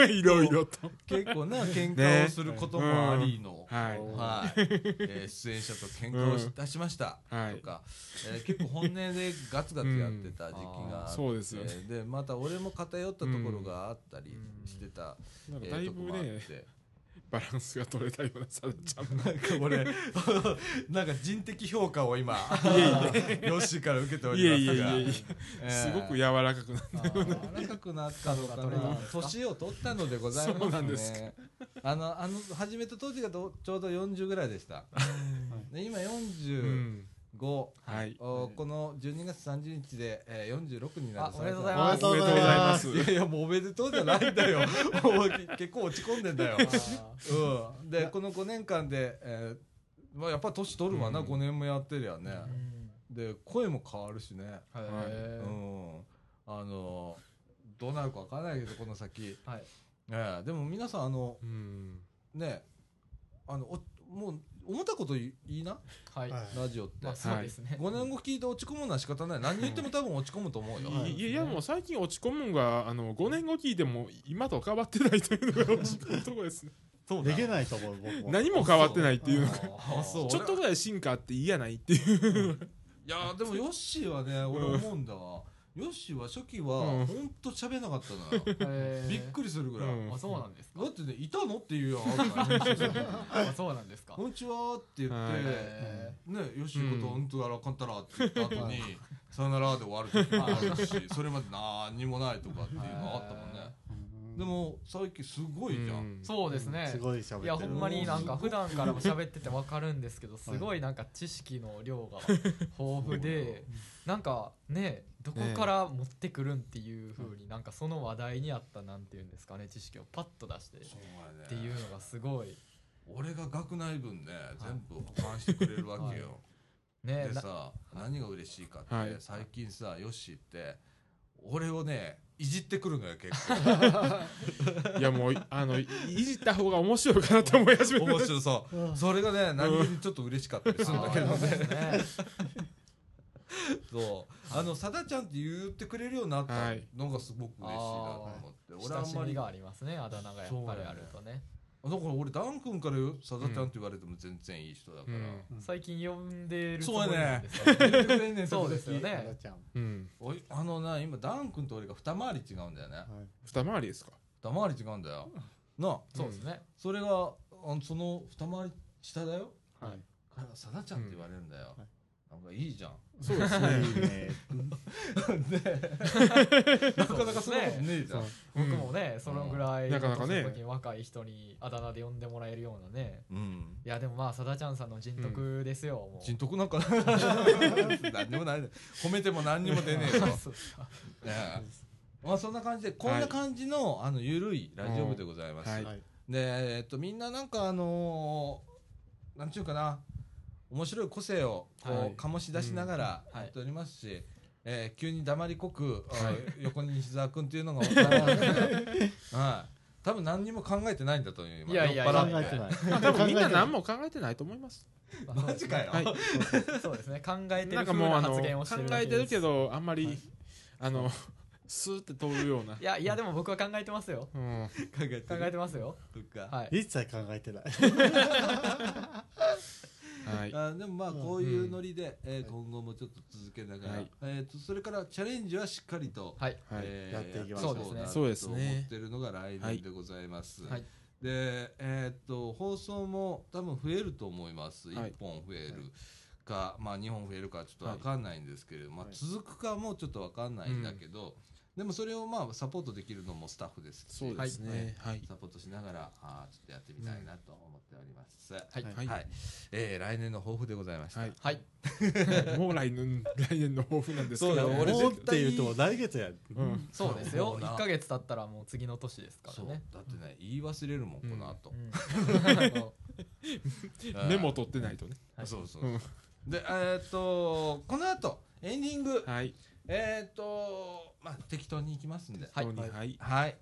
いろいろと結構な喧嘩をすることもありの、はいはいえー出演者と喧嘩をし,、出しましたはといか、えー結構本音でガツガツやってた時期があって、そうですよねでまた俺も偏ったところがあったりしてた、なんえかーだいとこぶもあっねてバランスが取れたようなさだちゃんもなんか俺 なんか人的評価を今ヨッシーから受けておいえりいえまいすがえいええーすごく柔らかくなあ 柔らかくなったのかどうななんですか年を取ったのでございますねそうなんですかあのあの始めた当時がどちょうど40ぐらいでしたで今う45、んはいおこの12月30日で、えー46になるあおめでとうございあまりがすとうございまおいめでやいやもうおめでとうじゃないんだよもうけ結構落ち込んでんだよ、うん、でこの5年間で、えーまあ、やっぱ年取るわな、うん5年もやってりゃねあーうんで声も変わるしね、へうーん、あのどうなるか分からないけどこの先、はいええでも皆さんあのうんねあのおもう思ったこと言いなはいはいラジオって、まあそうですね5年後聞いて落ち込むのは仕方ない何言っても多分落ち込むと思うよ、いいいやもう最近落ち込むんがあの5年後聞いても今と変わってないというのが落ち込むとこですねそうできないと思う、僕も。何も変わってないっていうのがあそうちょっとぐらい進化あっていいやないっていういやーでもヨッシーはね俺思うんだわヨッシーは初期はうんほんと喋んなかったのよびっくりするぐらい、うんだあそうなんですかってね「いたの?」って言うやんあそうなんで「すかこんにちは」って言って、はいへね、よしこと、うんとやらかんたらって言った後に、さよならで終わる時もあるし、それまで何にもないとかっていうのがあったもんね。うんで、も、最近すごいじゃん。うんーそうですねすごい喋ってる。いやほんまになんか普段からも喋っててわかるんですけどすごいなんか知識の量が豊富でなんかねどこから持ってくるんっていうふうになんかその話題にあったなんていうんですかね知識をパッと出してっそうやていうね。のがすごい俺が学内分ね、全部保管してくれるわけよ。ねでなさ、何が嬉しいかって、はい最近さ、よしって、俺をね、いじってくるのよ、結構。いやもうあのいいじった方が面白いかなと思い始めて面白そうう。んそれがね、何よりちょっと嬉しかったりするんだけどあーそうね。ですねそう。あの、さだちゃんって言ってくれるようになったのがすごく嬉しいなと思って。俺あ親んしまみりがありますねあだ名がやっぱりあるとねだから俺ダン君からよさだちゃんって言われても全然いい人だかうら、んうん最近呼んでるつそうもやりなんね 言ってですよねくれんねんそうですよ時々あねらちゃん。うんおいあのな今ダン君と俺が二回り違うんだよねはい二回りですか二回り違うんだよなあ そうですねそれがあのその二回り下だよはい。からさだちゃんって言われるんだよ、なんかいいじゃんそうですはねいいね。ねなかなかそんなことねえじゃんそう僕もねそのぐらいなかなかねの時に若い人にあだ名で呼んでもらえるようなねうんいやでもまあさだちゃんさんの人徳ですよ、もう人徳なんか 何にもないね褒めても何にも 出ねえよ、ねそうですかえ まあそんな感じでこんな感じの,、あのゆるいラジオ部でございます、はいはいで、えっと、みんななんかあのーなんちゅうかな面白い個性をこう、はい醸し出しながらうんやっておりますし、えー急に黙りこく、あー 横に西澤君っていうのが はい多分何にも考えてないんだという今いやいや酔っ考払っえてない。まあ多分みんな何も。も考えてないと思いますま あマジかよ、はいそうですね考えてなるんか風もうあなの発言をして考るえてるですけどあんまはりいあのスーって通るようないやいやでも僕は考えてますようん考えて考えてますよるかはい一切考えてない。はいあでもまあうんこういううんノリで、えーい今後もちょっと続けながら、はいえー、とそれからチャレンジはしっかりと、はいはいえやっていきまましょうそうですと思ねってるのが来年でございます。はいで、えーっと放送も多分増えると思います、一はい1本増えはいるか、まあ、2本増えるかちょっと分かんないんですけれども、はいまあ、続くかもちょっと分かんないんだけど、でもそれをまあサポートできるのもスタッフですしそうですはいね。はい。サポートしながらあーちょっとやってみたいなと思っております。はいはいはい、えー来年の抱負でございました。はいはいもう来年、来年の抱負なんですけど。そうだよ俺ももうっていうと来月やうん。そうですそようだ1か月経ったらもう次の年ですかそうらねだってね言い忘れるもん、うんこの後、うんうんメモ取ってないとね。はいそうそう、うんでえーっとこの後エンディング、はい。えーっとまあ適当にいきますんではいはい。はい。はい。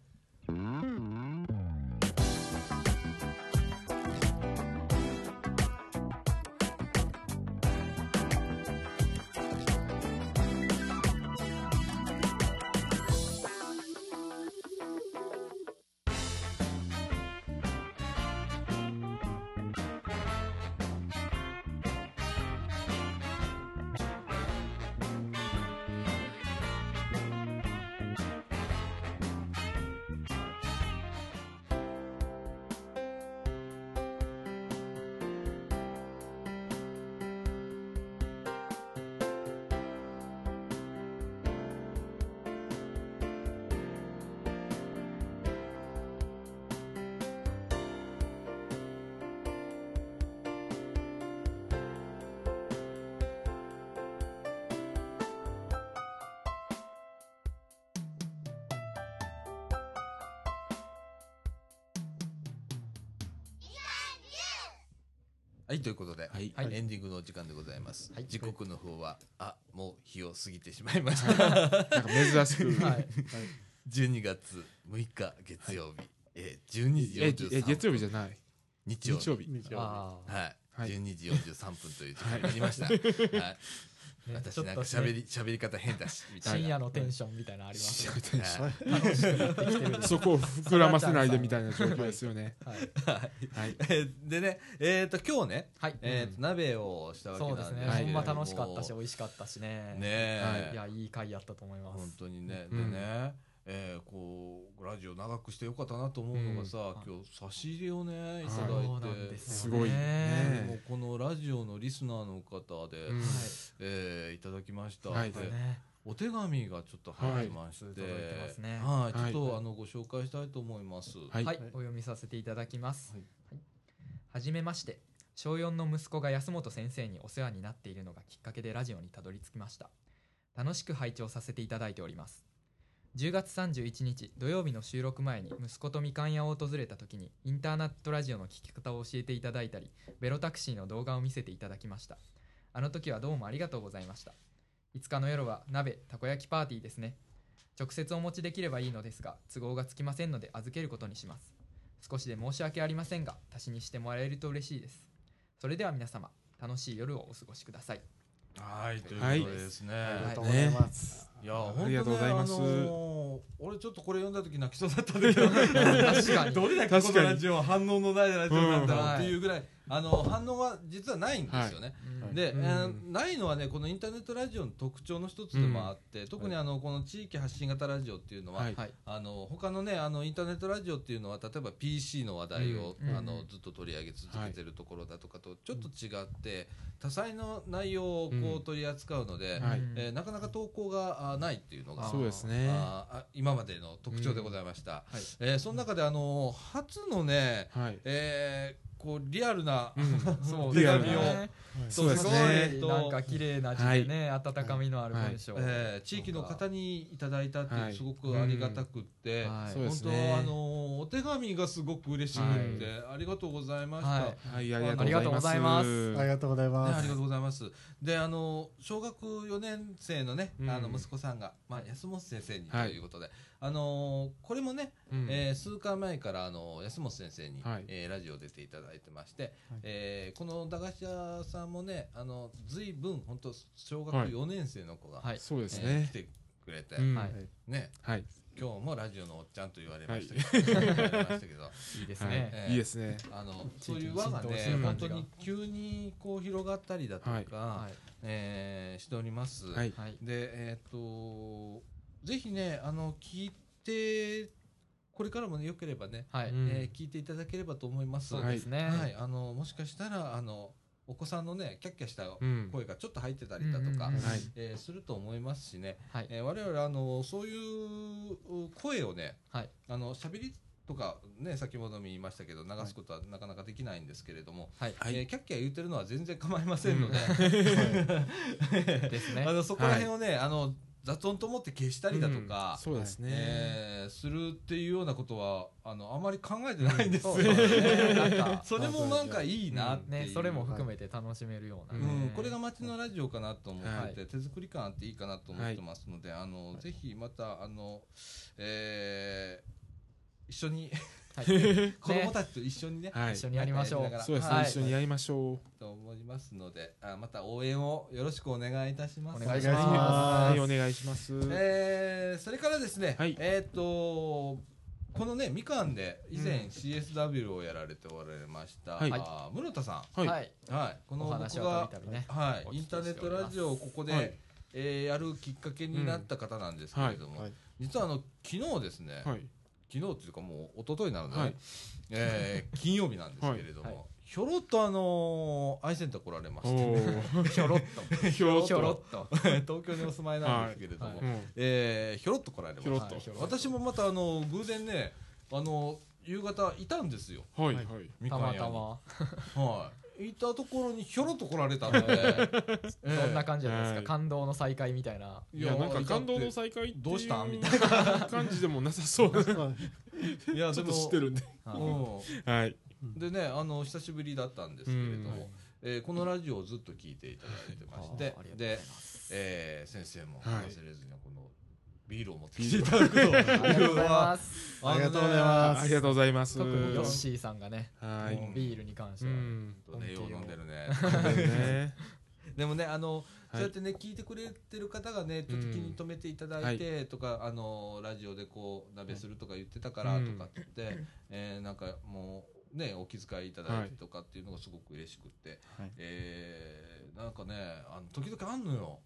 はい、ということで、はいエンディングのお時間でございます。はい時刻の方は、あ、もう日を過ぎてしまいました。なんか珍しく。 はい12月6日月曜日、えー、え、 12時43分。え月曜日じゃない。日日曜日。曜日。日曜あーはい。はい12時43分という時間になりました。はい。ね私ちょっなんとかね喋り、喋り方変だし、みたい深な。夜のテンションみたいなのありますよはいそこを膨らませないでみたいな状況ですよね。はいはい。えーでね、えっ、と、今日ね、はいえっ、と、鍋をしたわけなんそうでですすけねれどもほんま楽しかったし美味しかったしねねえ、いやいい回やったと思いま本す当にね、うんでね、えーこうラジオ長くしてよかったなと思うのがさ、ん今日差し入れをねいただいて、そうなんですよねすごいねもうこのラジオのリスナーの方で、うんえーいただきました、はいではいねお手紙がちょっと入りまして、はい届いてますねはいはいちょっとあのご紹介したいと思います。ははいい、。お読みさせていただきます。ははいいはじめまして。小4の息子が安本先生にお世話になっているのがきっかけでラジオにたどり着きました。楽しく拝聴させていただいております。10月31日土曜日の収録前に息子とみかん屋を訪れた時にインターネットラジオの聞き方を教えていただいたりベロタクシーの動画を見せていただきましたあの時はどうもありがとうございました5日の夜は鍋たこ焼きパーティーですね直接お持ちできればいいのですが都合がつきませんので預けることにします少しで申し訳ありませんが足しにしてもらえると嬉しいですそれでは皆様楽しい夜をお過ごしくださいはいとはいいうことでですね。ありがいとうございます。や本当ねありがとうございますあのー俺ちょっとこれ読んだ時泣きそうだったんだけど確かにどれだけこ確かのにラジオは反応のないラジオなんだうんろうはいっていうぐらい、あの反応は実はないんですよね。はいで、うんえーないのはねこのインターネットラジオの特徴の一つでもあって、特にあのこの地域発信型ラジオっていうのは、はい。はいあの他のねあのインターネットラジオっていうのは例えば PC の話題を、うんあうんのうんずっと取り上げ続けてるところだとかとちょっと違って、多彩の内容をこうんう取り扱うので、はいうんえーなかなか投稿があないっていうのがそうですね。はああ今までの特徴でございました、うんはいえーその中であの初のね、い。えーこうリアルな、 うんそう手リア紙ルなを、そうですすごね。いなんか綺麗な字でね、温かみのある文章、えー地域の方にいただいたっていうはいすごくありがたくって、はいそうで本す当、ねあのお手紙がすごく嬉しくって、ありがとうございました、はいねはい、ありがとうございまあす。ありがとうございまありすがと。うございますであの小学4年生のね、うんあの息子さんが、まあ、安本先生にとはいいうことで、あのこれもね、うんえー数回前からあの安本先生に、はいえーラジオ出ていただいてまして、はいえーこの駄菓子屋さんもねあの随分本当小学はい4年生の子が、はいそうでですね来。てくれて、うんはいねはい今日もラジオのおっちゃんと言われましたけど、言われましたけ どいいですはいね。ええいいですねあのそういう輪が浸透ねしてる本感当じがに急にこう広がったりだとか、はいはえーしております。はいい。はい。でえっ、とぜひねあの聞いてこれからもねよければね、はい。うんえー聞いていただければと思います。そうはい、ですね。あのもしかしたらあのお子さんのねキャッキャしたうん声がちょっと入ってたりだとか、うんうんうんはいえーすると思いますしね、はい。えー我々あのそういう声をねはい。あの喋りとかね先ほども言いましたけど流すことはなかなかできないんですけれども、はい。はいえーキャッキャ言ってるのは全然構いませんので、 ですねあ。のそこら辺をね、あの雑音と思って消したりだとうんか、そうですねえーするっていうようなことはあのあまり考えてないんですよ、そうです ね。なんか、それもなんかいいなっていう、ね、それも含めて楽しめるようなね。うん、これが街のラジオかなと思っていて、は手作り感あっていいかなと思ってますので、あのぜひまたあの、えー一緒 にはい子供たちと一緒にねはい一緒にやりましょやりながう。らそうですねはい一緒にやりましょと思いますのであまた応援をよろしくお願いいたします。お願いしうまはすいお願いしますえーそれからですね、はいえーっ、とこのねみかんで以うん前 CSW をやられておられました、はいあー室田さはいはい。ん、はい、このお僕話はがたびたびね。はおい、イ聞ンきしてタおーネりますットラジオをここで、はいえーやるきっかけになった方なんですけれども、うんはい実はあの昨日ですね、はい昨日っていうかもう一昨日なのでね、はいえー金曜日なんですけれども、はいはひょろっとあのーアイセンター来られまおしてね、ーひょろっ ひょろっとひょろっと東京にお住まいなんですけれども、はいうんえーひょろっと来られましひたょろっとひょろっと私もまたあの偶然ねあの夕方いたんですよはいははいいみと。かたん屋まにたま。はいいたところにひょろっと来られた のでえどーんな感じだったんではすいか感動の再会みたいな。いやなんか感動のさ再会っていどうしたみたいな感じでもなさそう ちいやでょっもと知ってるんでうはいんでねあの久しぶりだったんですけれども、うんはいえーこのラジオをずっと聞いていただいてましてあーありがとうございでま、えー先生もは忘いれずにこのビールを持ってきていただくとありがとうございます。あのねありがとうございまありがとうございます特にヨッはシーさんがね、いビールに関してうは。んちょっとねよう飲んでるねねでもねあのはそいうやってね、聞いてくれてる方がねちょっと気に留めていただいてとか、あのラジオでこう鍋するとか言ってたからうんとかって言って、えーなんかもうねお気遣いいただいてとかっていうのがすごく嬉しくって、はいえーなんかねあの時々あんのよ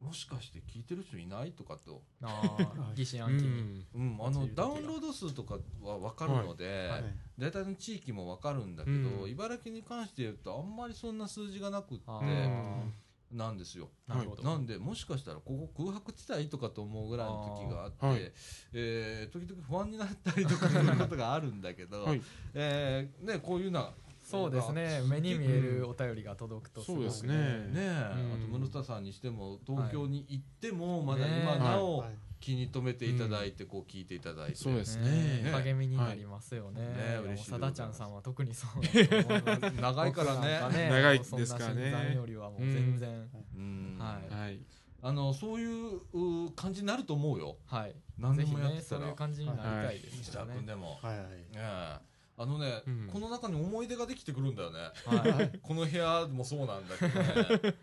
もしかして聞いてる人いないとかと、ああ、疑心う暗鬼に。んうん、あそうのいう時ダがウンロード数とかは分かるので、はい大体の地域も分かるんだけど、うん茨城に関して言うとあんまりそんな数字がなくってあうーんなんですよ。なるほど。なんでもしかしたらここ空白地帯とかと思うぐらいの時があってあーはいえー時々不安になったりとかすることがあるんだけど、 はいえーね、こういうなそうですね目に見えるお便りが届くとそうですごくねねえうんあと室田さんにしても東京に行ってもまだね今えなはいおはい気に留めていただいてこう聞いていただいて、そうですねねね励みになりますよね,、ね嬉しいでございまだすちゃんさんは特にそうだと思います 長いから僕ねなん長いですからねもうそんな新参よりはもう全然、うんはいはいあのそういうう感じになると思うよはい何でぜひもやっねてたそうら、いう感じになりたいです西よ田ね、君でも。はいはいねえあのね、うんこの中に思い出ができてくるんだよね。はいこの部屋もそうなんだけど ね。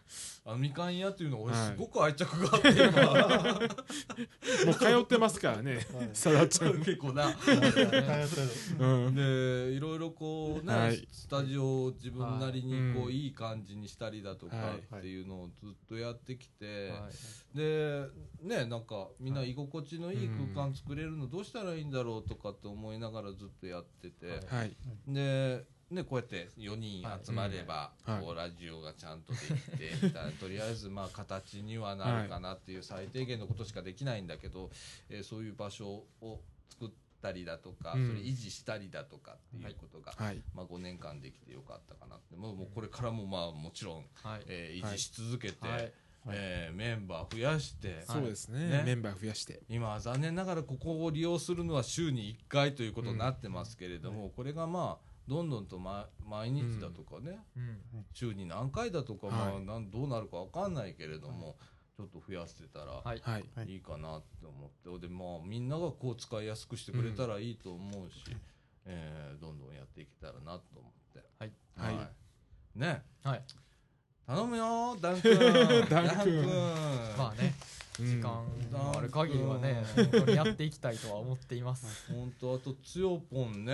あのみかん屋っていうのは俺はいすごく愛着があって今、もう通ってますから ねはいさだちゃん結構な。はいうんでいろいろこうね、はいスタジオを自分なりにこう、はいい、い感じにしたりだとかはいっていうのをずっとやってきて、はいでねなんかみんな居心地のいいうん空間作れるのどうしたらいいんだろうとかって思いながらずっとやってて。はいはいで、ね、こうやって4人集まれば、はいうんこうラジオがちゃんとで きてみたいなとりあえずまあ形にはなるかなっていう最低限のことしかできないんだけど、えーそういう場所を作ったりだとか、うんそれ維持したりだとかっていうことが、はいまあ、5年間できてよかったかなってもうもうこれからもまあもちろん、はいえーはい維持し続けて、はいえーメンバー増やして。そうですねねメンバー増やして今は残念ながらここを利用するのは週に1回ということになってますけれども、これがまあどんどんと、ま、毎日だとかね、うん週に何回だとか、はいまあ、なんどうなるか分かんないけれども、ちょっと増やしてたらはいはいはいいいかなって思って、でまあみんながこう使いやすくしてくれたらいいと思うし、えーどんどんやっていけたらなと思って。はいはいねはい頼むよダン君ダン君君まあね時間のある限りはね、本当にやっていきたいとは思っています本当あとつよぽんね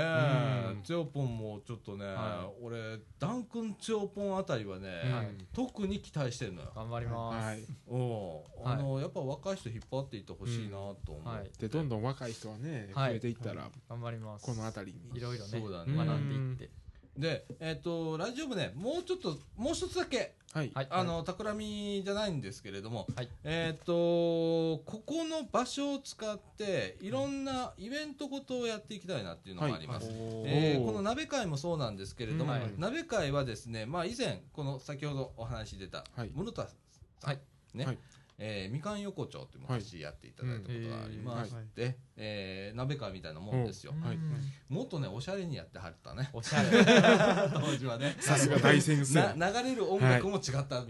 うんつよぽんもちょっとね、は俺ダン君つよぽんあたりはね、はい特に期待してるのよ頑張ります、はい、おはいあの、やっぱ若い人引っ張っていってほしいなと思う、はいでどんどん若い人はね増はいえていったら、頑張りますこの辺りにいろいろねそうだね学んでいってでえっ、とラジオ部ねもうちょっともう一つだけはい、はいあの企みじゃないんですけれども、はいえっ、とここの場所を使っていろんなイベントごとをやっていきたいなっていうのがあります、えーおーこの鍋会もそうなんですけれども、はい鍋会はですね、まあ、以前この先ほどお話し出たはい室田さん、はいねはいえーみかん横丁っていう昔やっていただいたことがありまして、はいうんえー鍋会みたいなもんですよ、うんはいもっとねおしゃれにやってはった ねおしゃれ当時 はねさすが大先生な流れる音楽も違ったみたいな、はい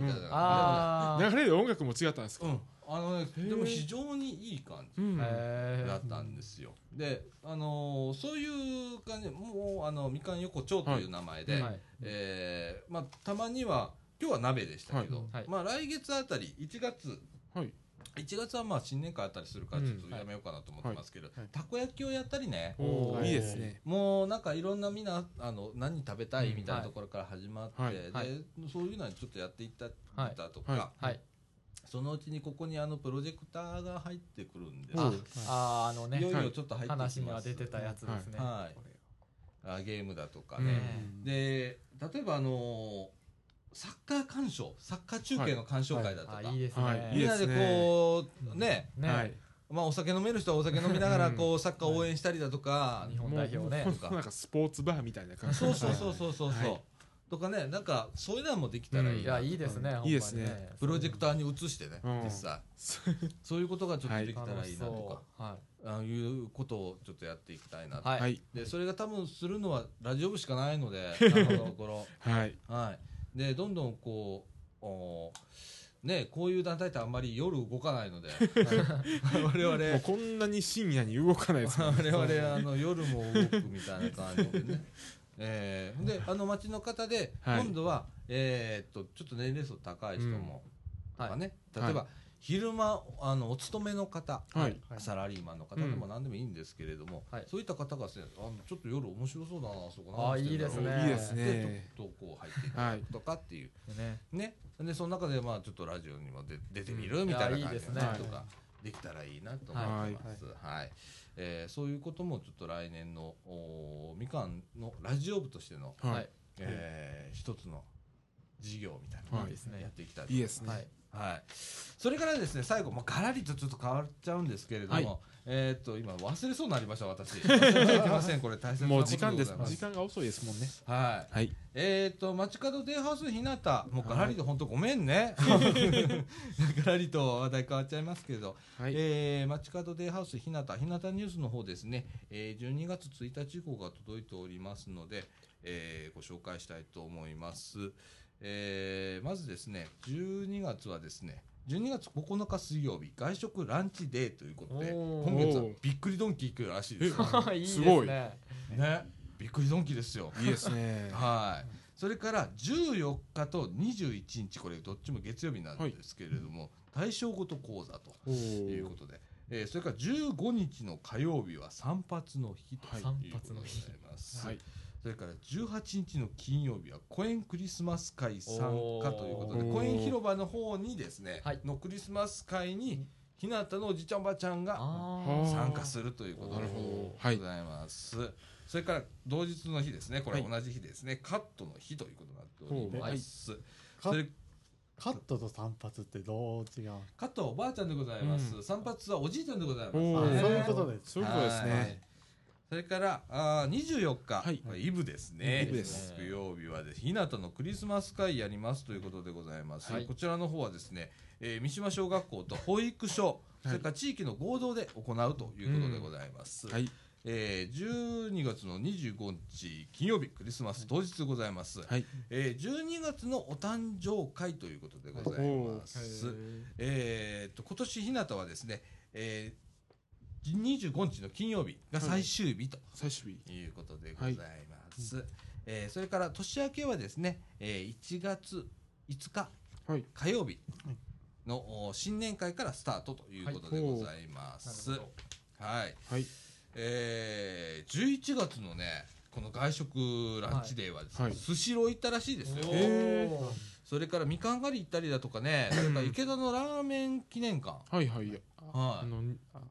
ああ流れる音楽も違ったんですか、うん、あのねへーでも非常にいい感じうんへだーったんですよ、であのーそういう感じもうあのみかん横丁という名前で、はいえーまあ、たまには今日は鍋でしたけど、はいまあ、来月あたり1月はい1月はまあ新年会あったりするからうんちょっとやめようかなと思ってますけど、いはいたこ焼きをやったりねおおーーいいですねもうなんかいろんなみんなあの何食べたいみたいなうんところから始まって、はいではいそういうのはちょっとやっていったりはいだとか、ははいそのうちにここにあのプロジェクターが入ってくるんです、ああーあのいよねいよちょっと入ってきます、話には出てたやつですねはいこれあゲームだとかうね、んで例えばあのサッカー鑑賞サッカー中継の鑑賞会だとか、あいいですね、はいいみんいなでこうね、ね、はいまあ、お酒飲める人はお酒飲みながらこうサッカー応援したりだとか、日本代表ねもうもうなんかスポーツバーみたいな感じそうそうそうそうそうそう、はいとかねなんかそういうのもできたらいいいな、やいいですね、ほんまにいいですねプロジェクターに移してね、うん実際そういうことがちょっとできたら楽いしいなとかそ、うはああいうことをちょっとやっていきたいなと、いはい、はいでそれが多分するのはラジオ部しかないので今のとこはいろはいでどんどんこうおーねこういう団体ってあんまり夜動かないの で我々もうこんなに深夜に動かないですもん我ね々あの夜も動くみたいな感じで ね。えー、であの町の方ではい今度は、えーっとちょっと年齢層高い人もうんとかね、例えば、昼間あのお勤めの方、はいはいサラリーマンの方でも何でもいいんですけれども、はいそういった方がですねあのちょっと夜面白そうだなあそこあ何してんだろういいですねいいですねちょっとこう入っていただくとかっていう、ねねでその中でまあちょっとラジオにも出出てみるみたいな感じいやいいですねとかできたらいいなと思ってます、はいえーそういうこともちょっと来年のおーみかんのラジオ部としての、はい、はいえー一つの事業みたいなはいのをいいですねやっていきたいといい思いでますす。ね、はいはい、それからですね最後、まあ、ガラリとちょっと変わっちゃうんですけれども、はいえーっと今忘れそうになりました私 忘れてませんこれ大切なもこうとでござ時い間まですす時間が遅いですもんねはいはいえー、と街角デイハウスひなたもうガラリと本当ごめんね、ガラリと話題変わっちゃいますけど、はい、えー、街角デイハウスひなたひなたニュースの方ですね、えー、12月1日以降が届いておりますので、えーご紹介したいと思います、えーまずですね12月はですね12月9日水曜日外食ランチデーということでおー今月はびっくりドンキー行くらしいですよ いいですすごいねねびっくりドンキーですよいいですね はい、それから14日と21日これどっちも月曜日なんですけれども、対象ごと講座おというーことで、えーそれから15日の火曜日は散髪の日とはいいう散こと髪でのご日ざいます、はいそれから18日の金曜日は公園クリスマス会参加ということでおー公園広場の方にですね、はいのクリスマス会に日向のおじちゃんおばちゃんがああー参加するということなでるほどはごいざいます、それから同日の日ですねこれはい同じ日ですね、カットの日ということになっております、カそれカットと散髪ってどう違うカットはおばあちゃんでございます、散髪はおじいちゃんでございます、おあーそういうことですそういうことですはねいそれからあー24日、はいこれイブですねイブです木曜日はです日向のクリスマス会やりますということでございます、はいこちらの方はですね、えー三島小学校と保育所、それから地域の合同で行うということでございます、はいえー、12月の25日金曜日クリスマス当日でございます、はいえー、12月のお誕生会ということでございます、えーっと今年日向はですね、えー、25日の金曜日が最終日と最終日いうことでございます、えーそれから年明けはですね、えー、1月5日はい火曜日のお新年会からスタートということでございます。なはるい。ほはいえー、11月のね、この外食ランチデーはですね、はいスシロー行ったらしいですよ。おへーそれからみかん狩り行ったりだとかね、それから池田のラーメン記念館。はいはいはあいの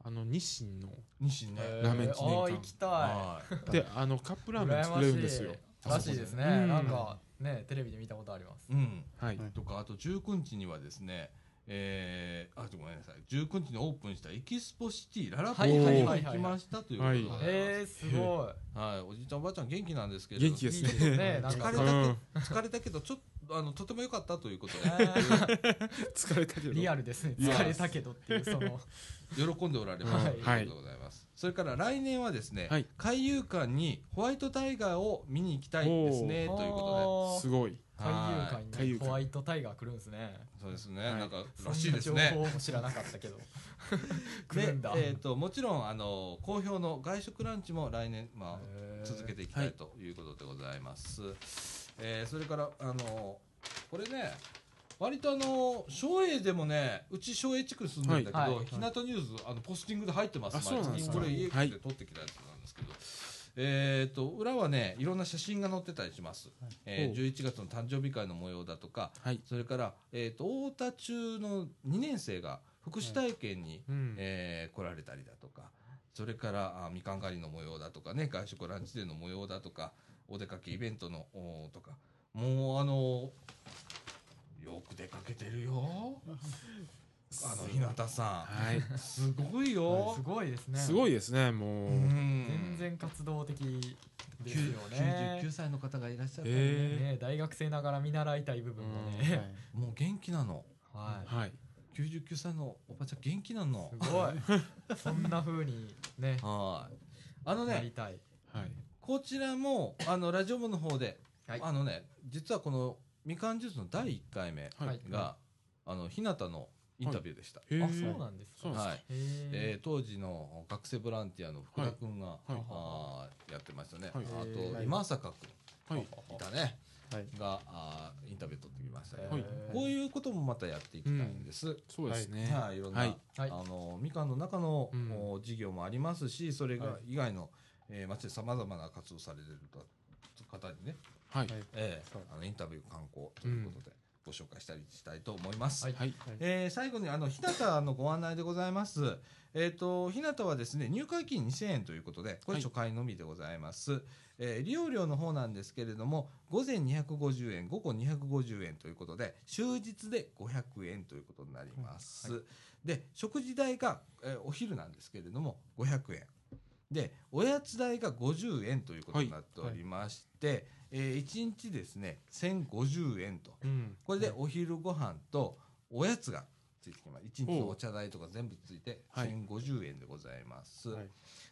あの日清の西ね。えラーメン記念館あー行きたはい。であのカップいラーメン作れるんですよ羨ましいらしいですねうんなんかねテレビで見たことありますうん。はい はいとか、あと19日にはですね、えー、あ、ごめんなさい。19日にオープンしたエキスポシティララポはいはいーはトにいはい行きましたということでございます。えー、すごはい、おじいちゃんおばあちゃん元気なんですけれど元気いですいいですねねなんか疲れうたんけど疲れたけどちょっとあのとても良かったということえー疲れた けどリアルですねいや疲れたけどってい うそので喜んでおられますはといいうことでございます、それから来年はですね、はい海遊館にホワイトタイガーを見に行きたいんですねということおーすごいでは海い遊海会遊に会ホワイトタイガー来るんですねそうですね、はいなんからしいですねそんな情報も知らなかったけど来でるんだ、えー、ともちろんあの好評の外食ランチも来年、まあ、へー続けていきたいということでございます、えーそれからあのこれね割とあの省営でもねうち省営地区に住んでるんだけど、はいはい日向ニュースあのポスティングで入ってますあそうなんですかこれ家はいで撮ってきたやつなんですけど、えー、と裏はねいろんな写真が載ってたりします、えーほ11月の誕生日会の模様だとかはいそれから、えー、と太田中の2年生が福祉体験に、うんえー来られたりだとかそれからあみかん狩りの模様だとかね外食ランチデーの模様だとかお出かけイベントのおーとかもうあのよく出かけてるよあの日向さはいんすごいはいよすごいですねすごいいですねうもう、ん全然活動的きですゅよね99歳の方がいらっしゃる、えね大学生ながら見習いたい部分もはね、いもう元気なのはいー、はい99歳のおばちゃん元気なのすごいそんな風にねはいあのやねりたいはいこちらも、あの、ラジオ部の方で、はいあのね、実はこの、みかんジュースの第1回目はいはいが、あの、日向のインタビューでした。へーあそうなんですかそうはい。へーえー当時の学生ボランティアの福田くんが、いはいあーやってましたね。はいあと、はい今坂くはいん、いたね、はいが、あーインタビュー取ってきましたけど、はいこういうこともまたやっていきたいんです。そうですね、はい、いろんな、はいはいあのみかんの中の、うんお事業もありますしそれがは以外の、えー、町でさまざまな活動されてる方にね、はいはいえーそうあのインタビュー観光ということでご紹介したりしたいと思います。はいはいえー最後にあの日向のご案内でございます。えっ、と日向はですね入会金2000円ということでこれはい初回のみでございます。えー利用料の方なんですけれども午前250円午後250円ということで終日で500円ということになります。で食事代が、えーお昼なんですけれども500円。でおやつ代が50円ということになっておりまして、え1日ですね1050円とうんこれでお昼ご飯とおやつがついてきます。一日のお茶代とか全部ついてはい1050円でございます。はい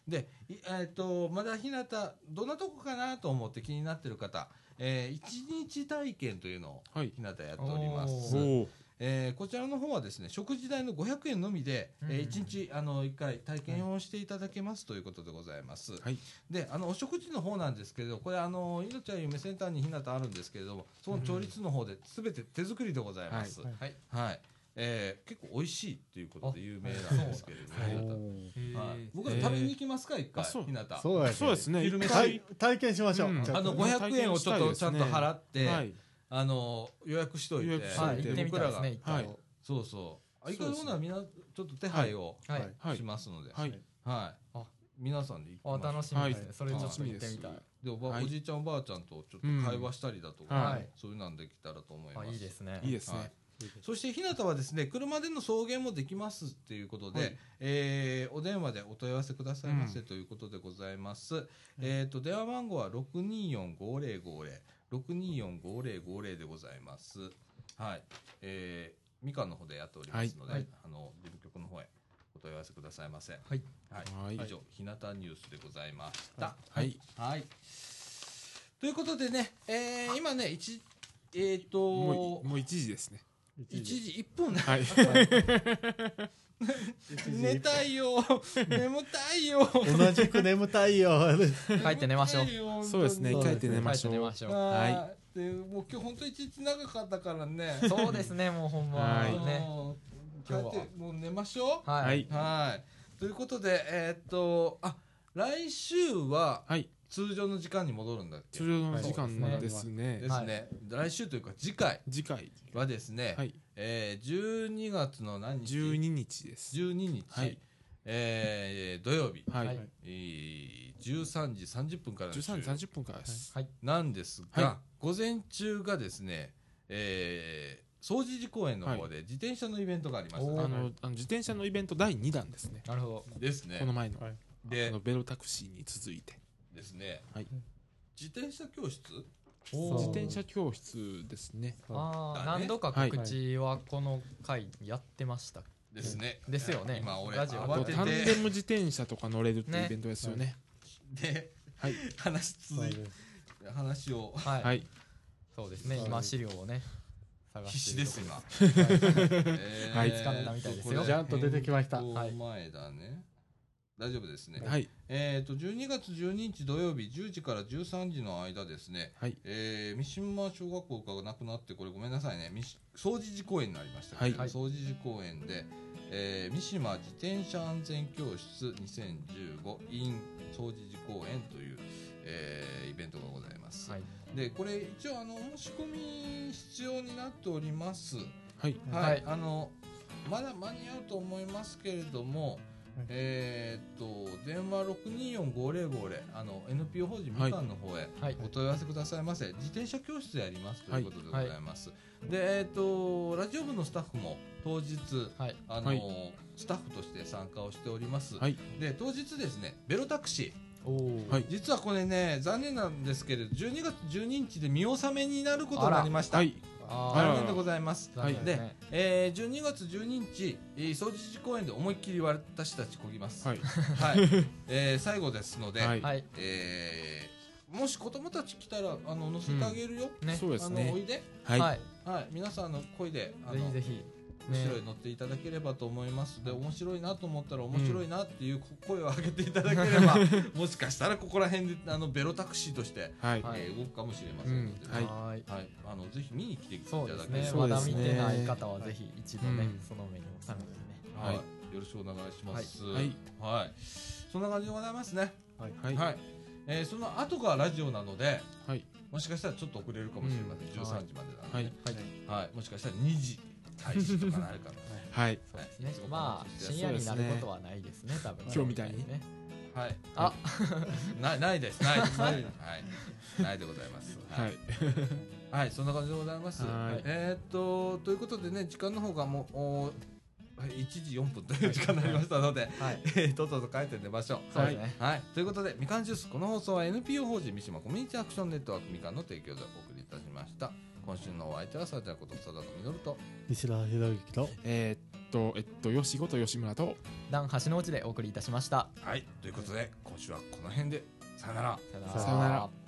で、いえっ、と、まだ日向、どんなとこかなと思って気になってる方、えー、一日体験というのをはい日向やっておりまおす。おえーこちらの方はですね、食事代の500円のみで、えうんー一日、あの、一回体験をしていただけますということでございます。はいで、あの、お食事の方なんですけれど、これ、あの、いのちゃん夢センターに日向あるんですけれども、その調律の方で全て手作りでございます。はいはいはい、えー結構美味しいっていうことで有名なんですけれあども、へーはい僕ら食べに行きますか一回あそう日向そうやねそうですね昼飯一回体体験しましょう。うんじゃあの500円をちょっとちゃんと払って、はいあの予約しといて予約しはといて行ってみ僕たらいですが、ね一は回いそうそうあいかそようですうねならみんなちょっと手配をはいはいはいしますので、はいはいあ皆さんであ行きましょう楽しみですねはそれちょっと楽し行みっでてすみたいでおば、はいおじいちゃんおばあちゃんとちょっと会話したりだとか、うんはいそういうなんできたらと思います、あいいですねいいですねそして日向はですね車での送迎もできますっていうことで、はいえーお電話でお問い合わせくださいませということでございます、えっ、と電話番号は6245050 6245050でございますはいえー、みかんの方でやっておりますので、はいはいあの事務局の方へお問い合わせくださいませはいはい、はい以上日向ニュースでございましたはいはいということでね、えー、今ね一えっ、ともうもう一時ですね1時1分だはい寝たいよ眠たいよ同じく眠たいよ。 帰って寝ましょううそうですねそう帰ですねって寝ましょ帰って寝うましょうはでもう今日本当一日長かったからねそうですねもうほんまはいねもう帰今日っはてもう寝ましょう。はい、はいはい。ということで、えーっと、あ、来週ははい通常の時間に戻るんだっけ通常の時間はいですねですね。来週というか次回次回はですね、はいえー、12月の何日12日です12日、はいえー土曜日、はい、はいえー13時30分からの収録13時30分からです、はいなんですが、は午前中がですね、えー、総除寺公園の方で自転車のイベントがありましたね、はいあのあの自転車のイベント第2弾ですねなるほどですねこの前の,、はいであのベロタクシーに続いてですね、はい自転車教室おー自転車教室ですねああだね何度か告知はこの回やってましたですね、ですよね今俺ラジオあ慌とてタンデてム自転車とか乗れるっていうねイベントですよねではい話そう続いです話をはい、はいそうですねはい今資料をね探必死しでてるとこす今、えはい掴んだみたいですよこれちゃんと出てきました変更はい前だね大丈夫ですね、はいえー、と12月12日土曜日10時から13時の間ですね、はいえー三島小学校がなくなってこれごめんなさいねみし総除寺公園になりましたけど、はい総除寺公園で、えー三島自転車安全教室 2015in 総除寺公園という、えーイベントがございます、はいでこれ一応あの申し込み必要になっておりますはいはい、はいあのまだ間に合うと思いますけれども、はいえーっと電話6245050あの NPO 法人みかんの方へはいお問い合わせくださいませ、自転車教室やりますということでございます、でえーっとラジオ部のスタッフも当日はいあの、はいスタッフとして参加をしております、はいで当日ですねベロタクシおおはいー実はこれね残念なんですけれど12月12日で見納めになることになりましたはいあら残ら念でございます、あはいでえー、12月12日、えー、掃除時公園で思いっきり私たちこぎます。はいはい。えー、最後ですので、はいはいえーもし子供たち来たらあの乗せてあげるよ。ねそうですあのおねいで。はいはいはい。皆さんあの声であぜのひぜひ後ろに乗っていただければと思いますので、面白いなと思ったら面白いなっていう声を上げていただければ、もしかしたらここら辺であのベロタクシーとして、はいはいえー動くかもしれませんので、うんは。はいいはいあのぜひ見に来ていたそうだければですねそまうでだすね見てない方はぜひ一度ねうんその目に収めてねはい、はよろしくお願いします。はいはい、そんな感じでございますね。ははい、いえーその後がラジオなので、はいもしかしたらちょっと遅れるかもしれません。う13ん時までなので、ははいいもしかしたら2時開始とかなるかも。はいそうですはいねいつもこのまあ調子深で夜になることはないですね多分今日みたいにねはい、あ なないです、ないです、はい、ないでございます。はいはいはい、そんな感じでございます。はいえーっと、ということでね、時間の方がもう。おはい1時4分という時間になりましたので、はい えーとっとと帰って寝ましょう。そうですねはい、ということで、みかんジュース、この放送は NPO 法人三島コミュニティアクションネットワークみかんの提供でお送りいたしました。今週のお相手は、さちゃんこと佐田とみのると、西田博之とえーっとえっと吉ごと吉村と段橋の内でお送りいたしましたはい、ということで、今週はこの辺で、さよなら。さよさよなら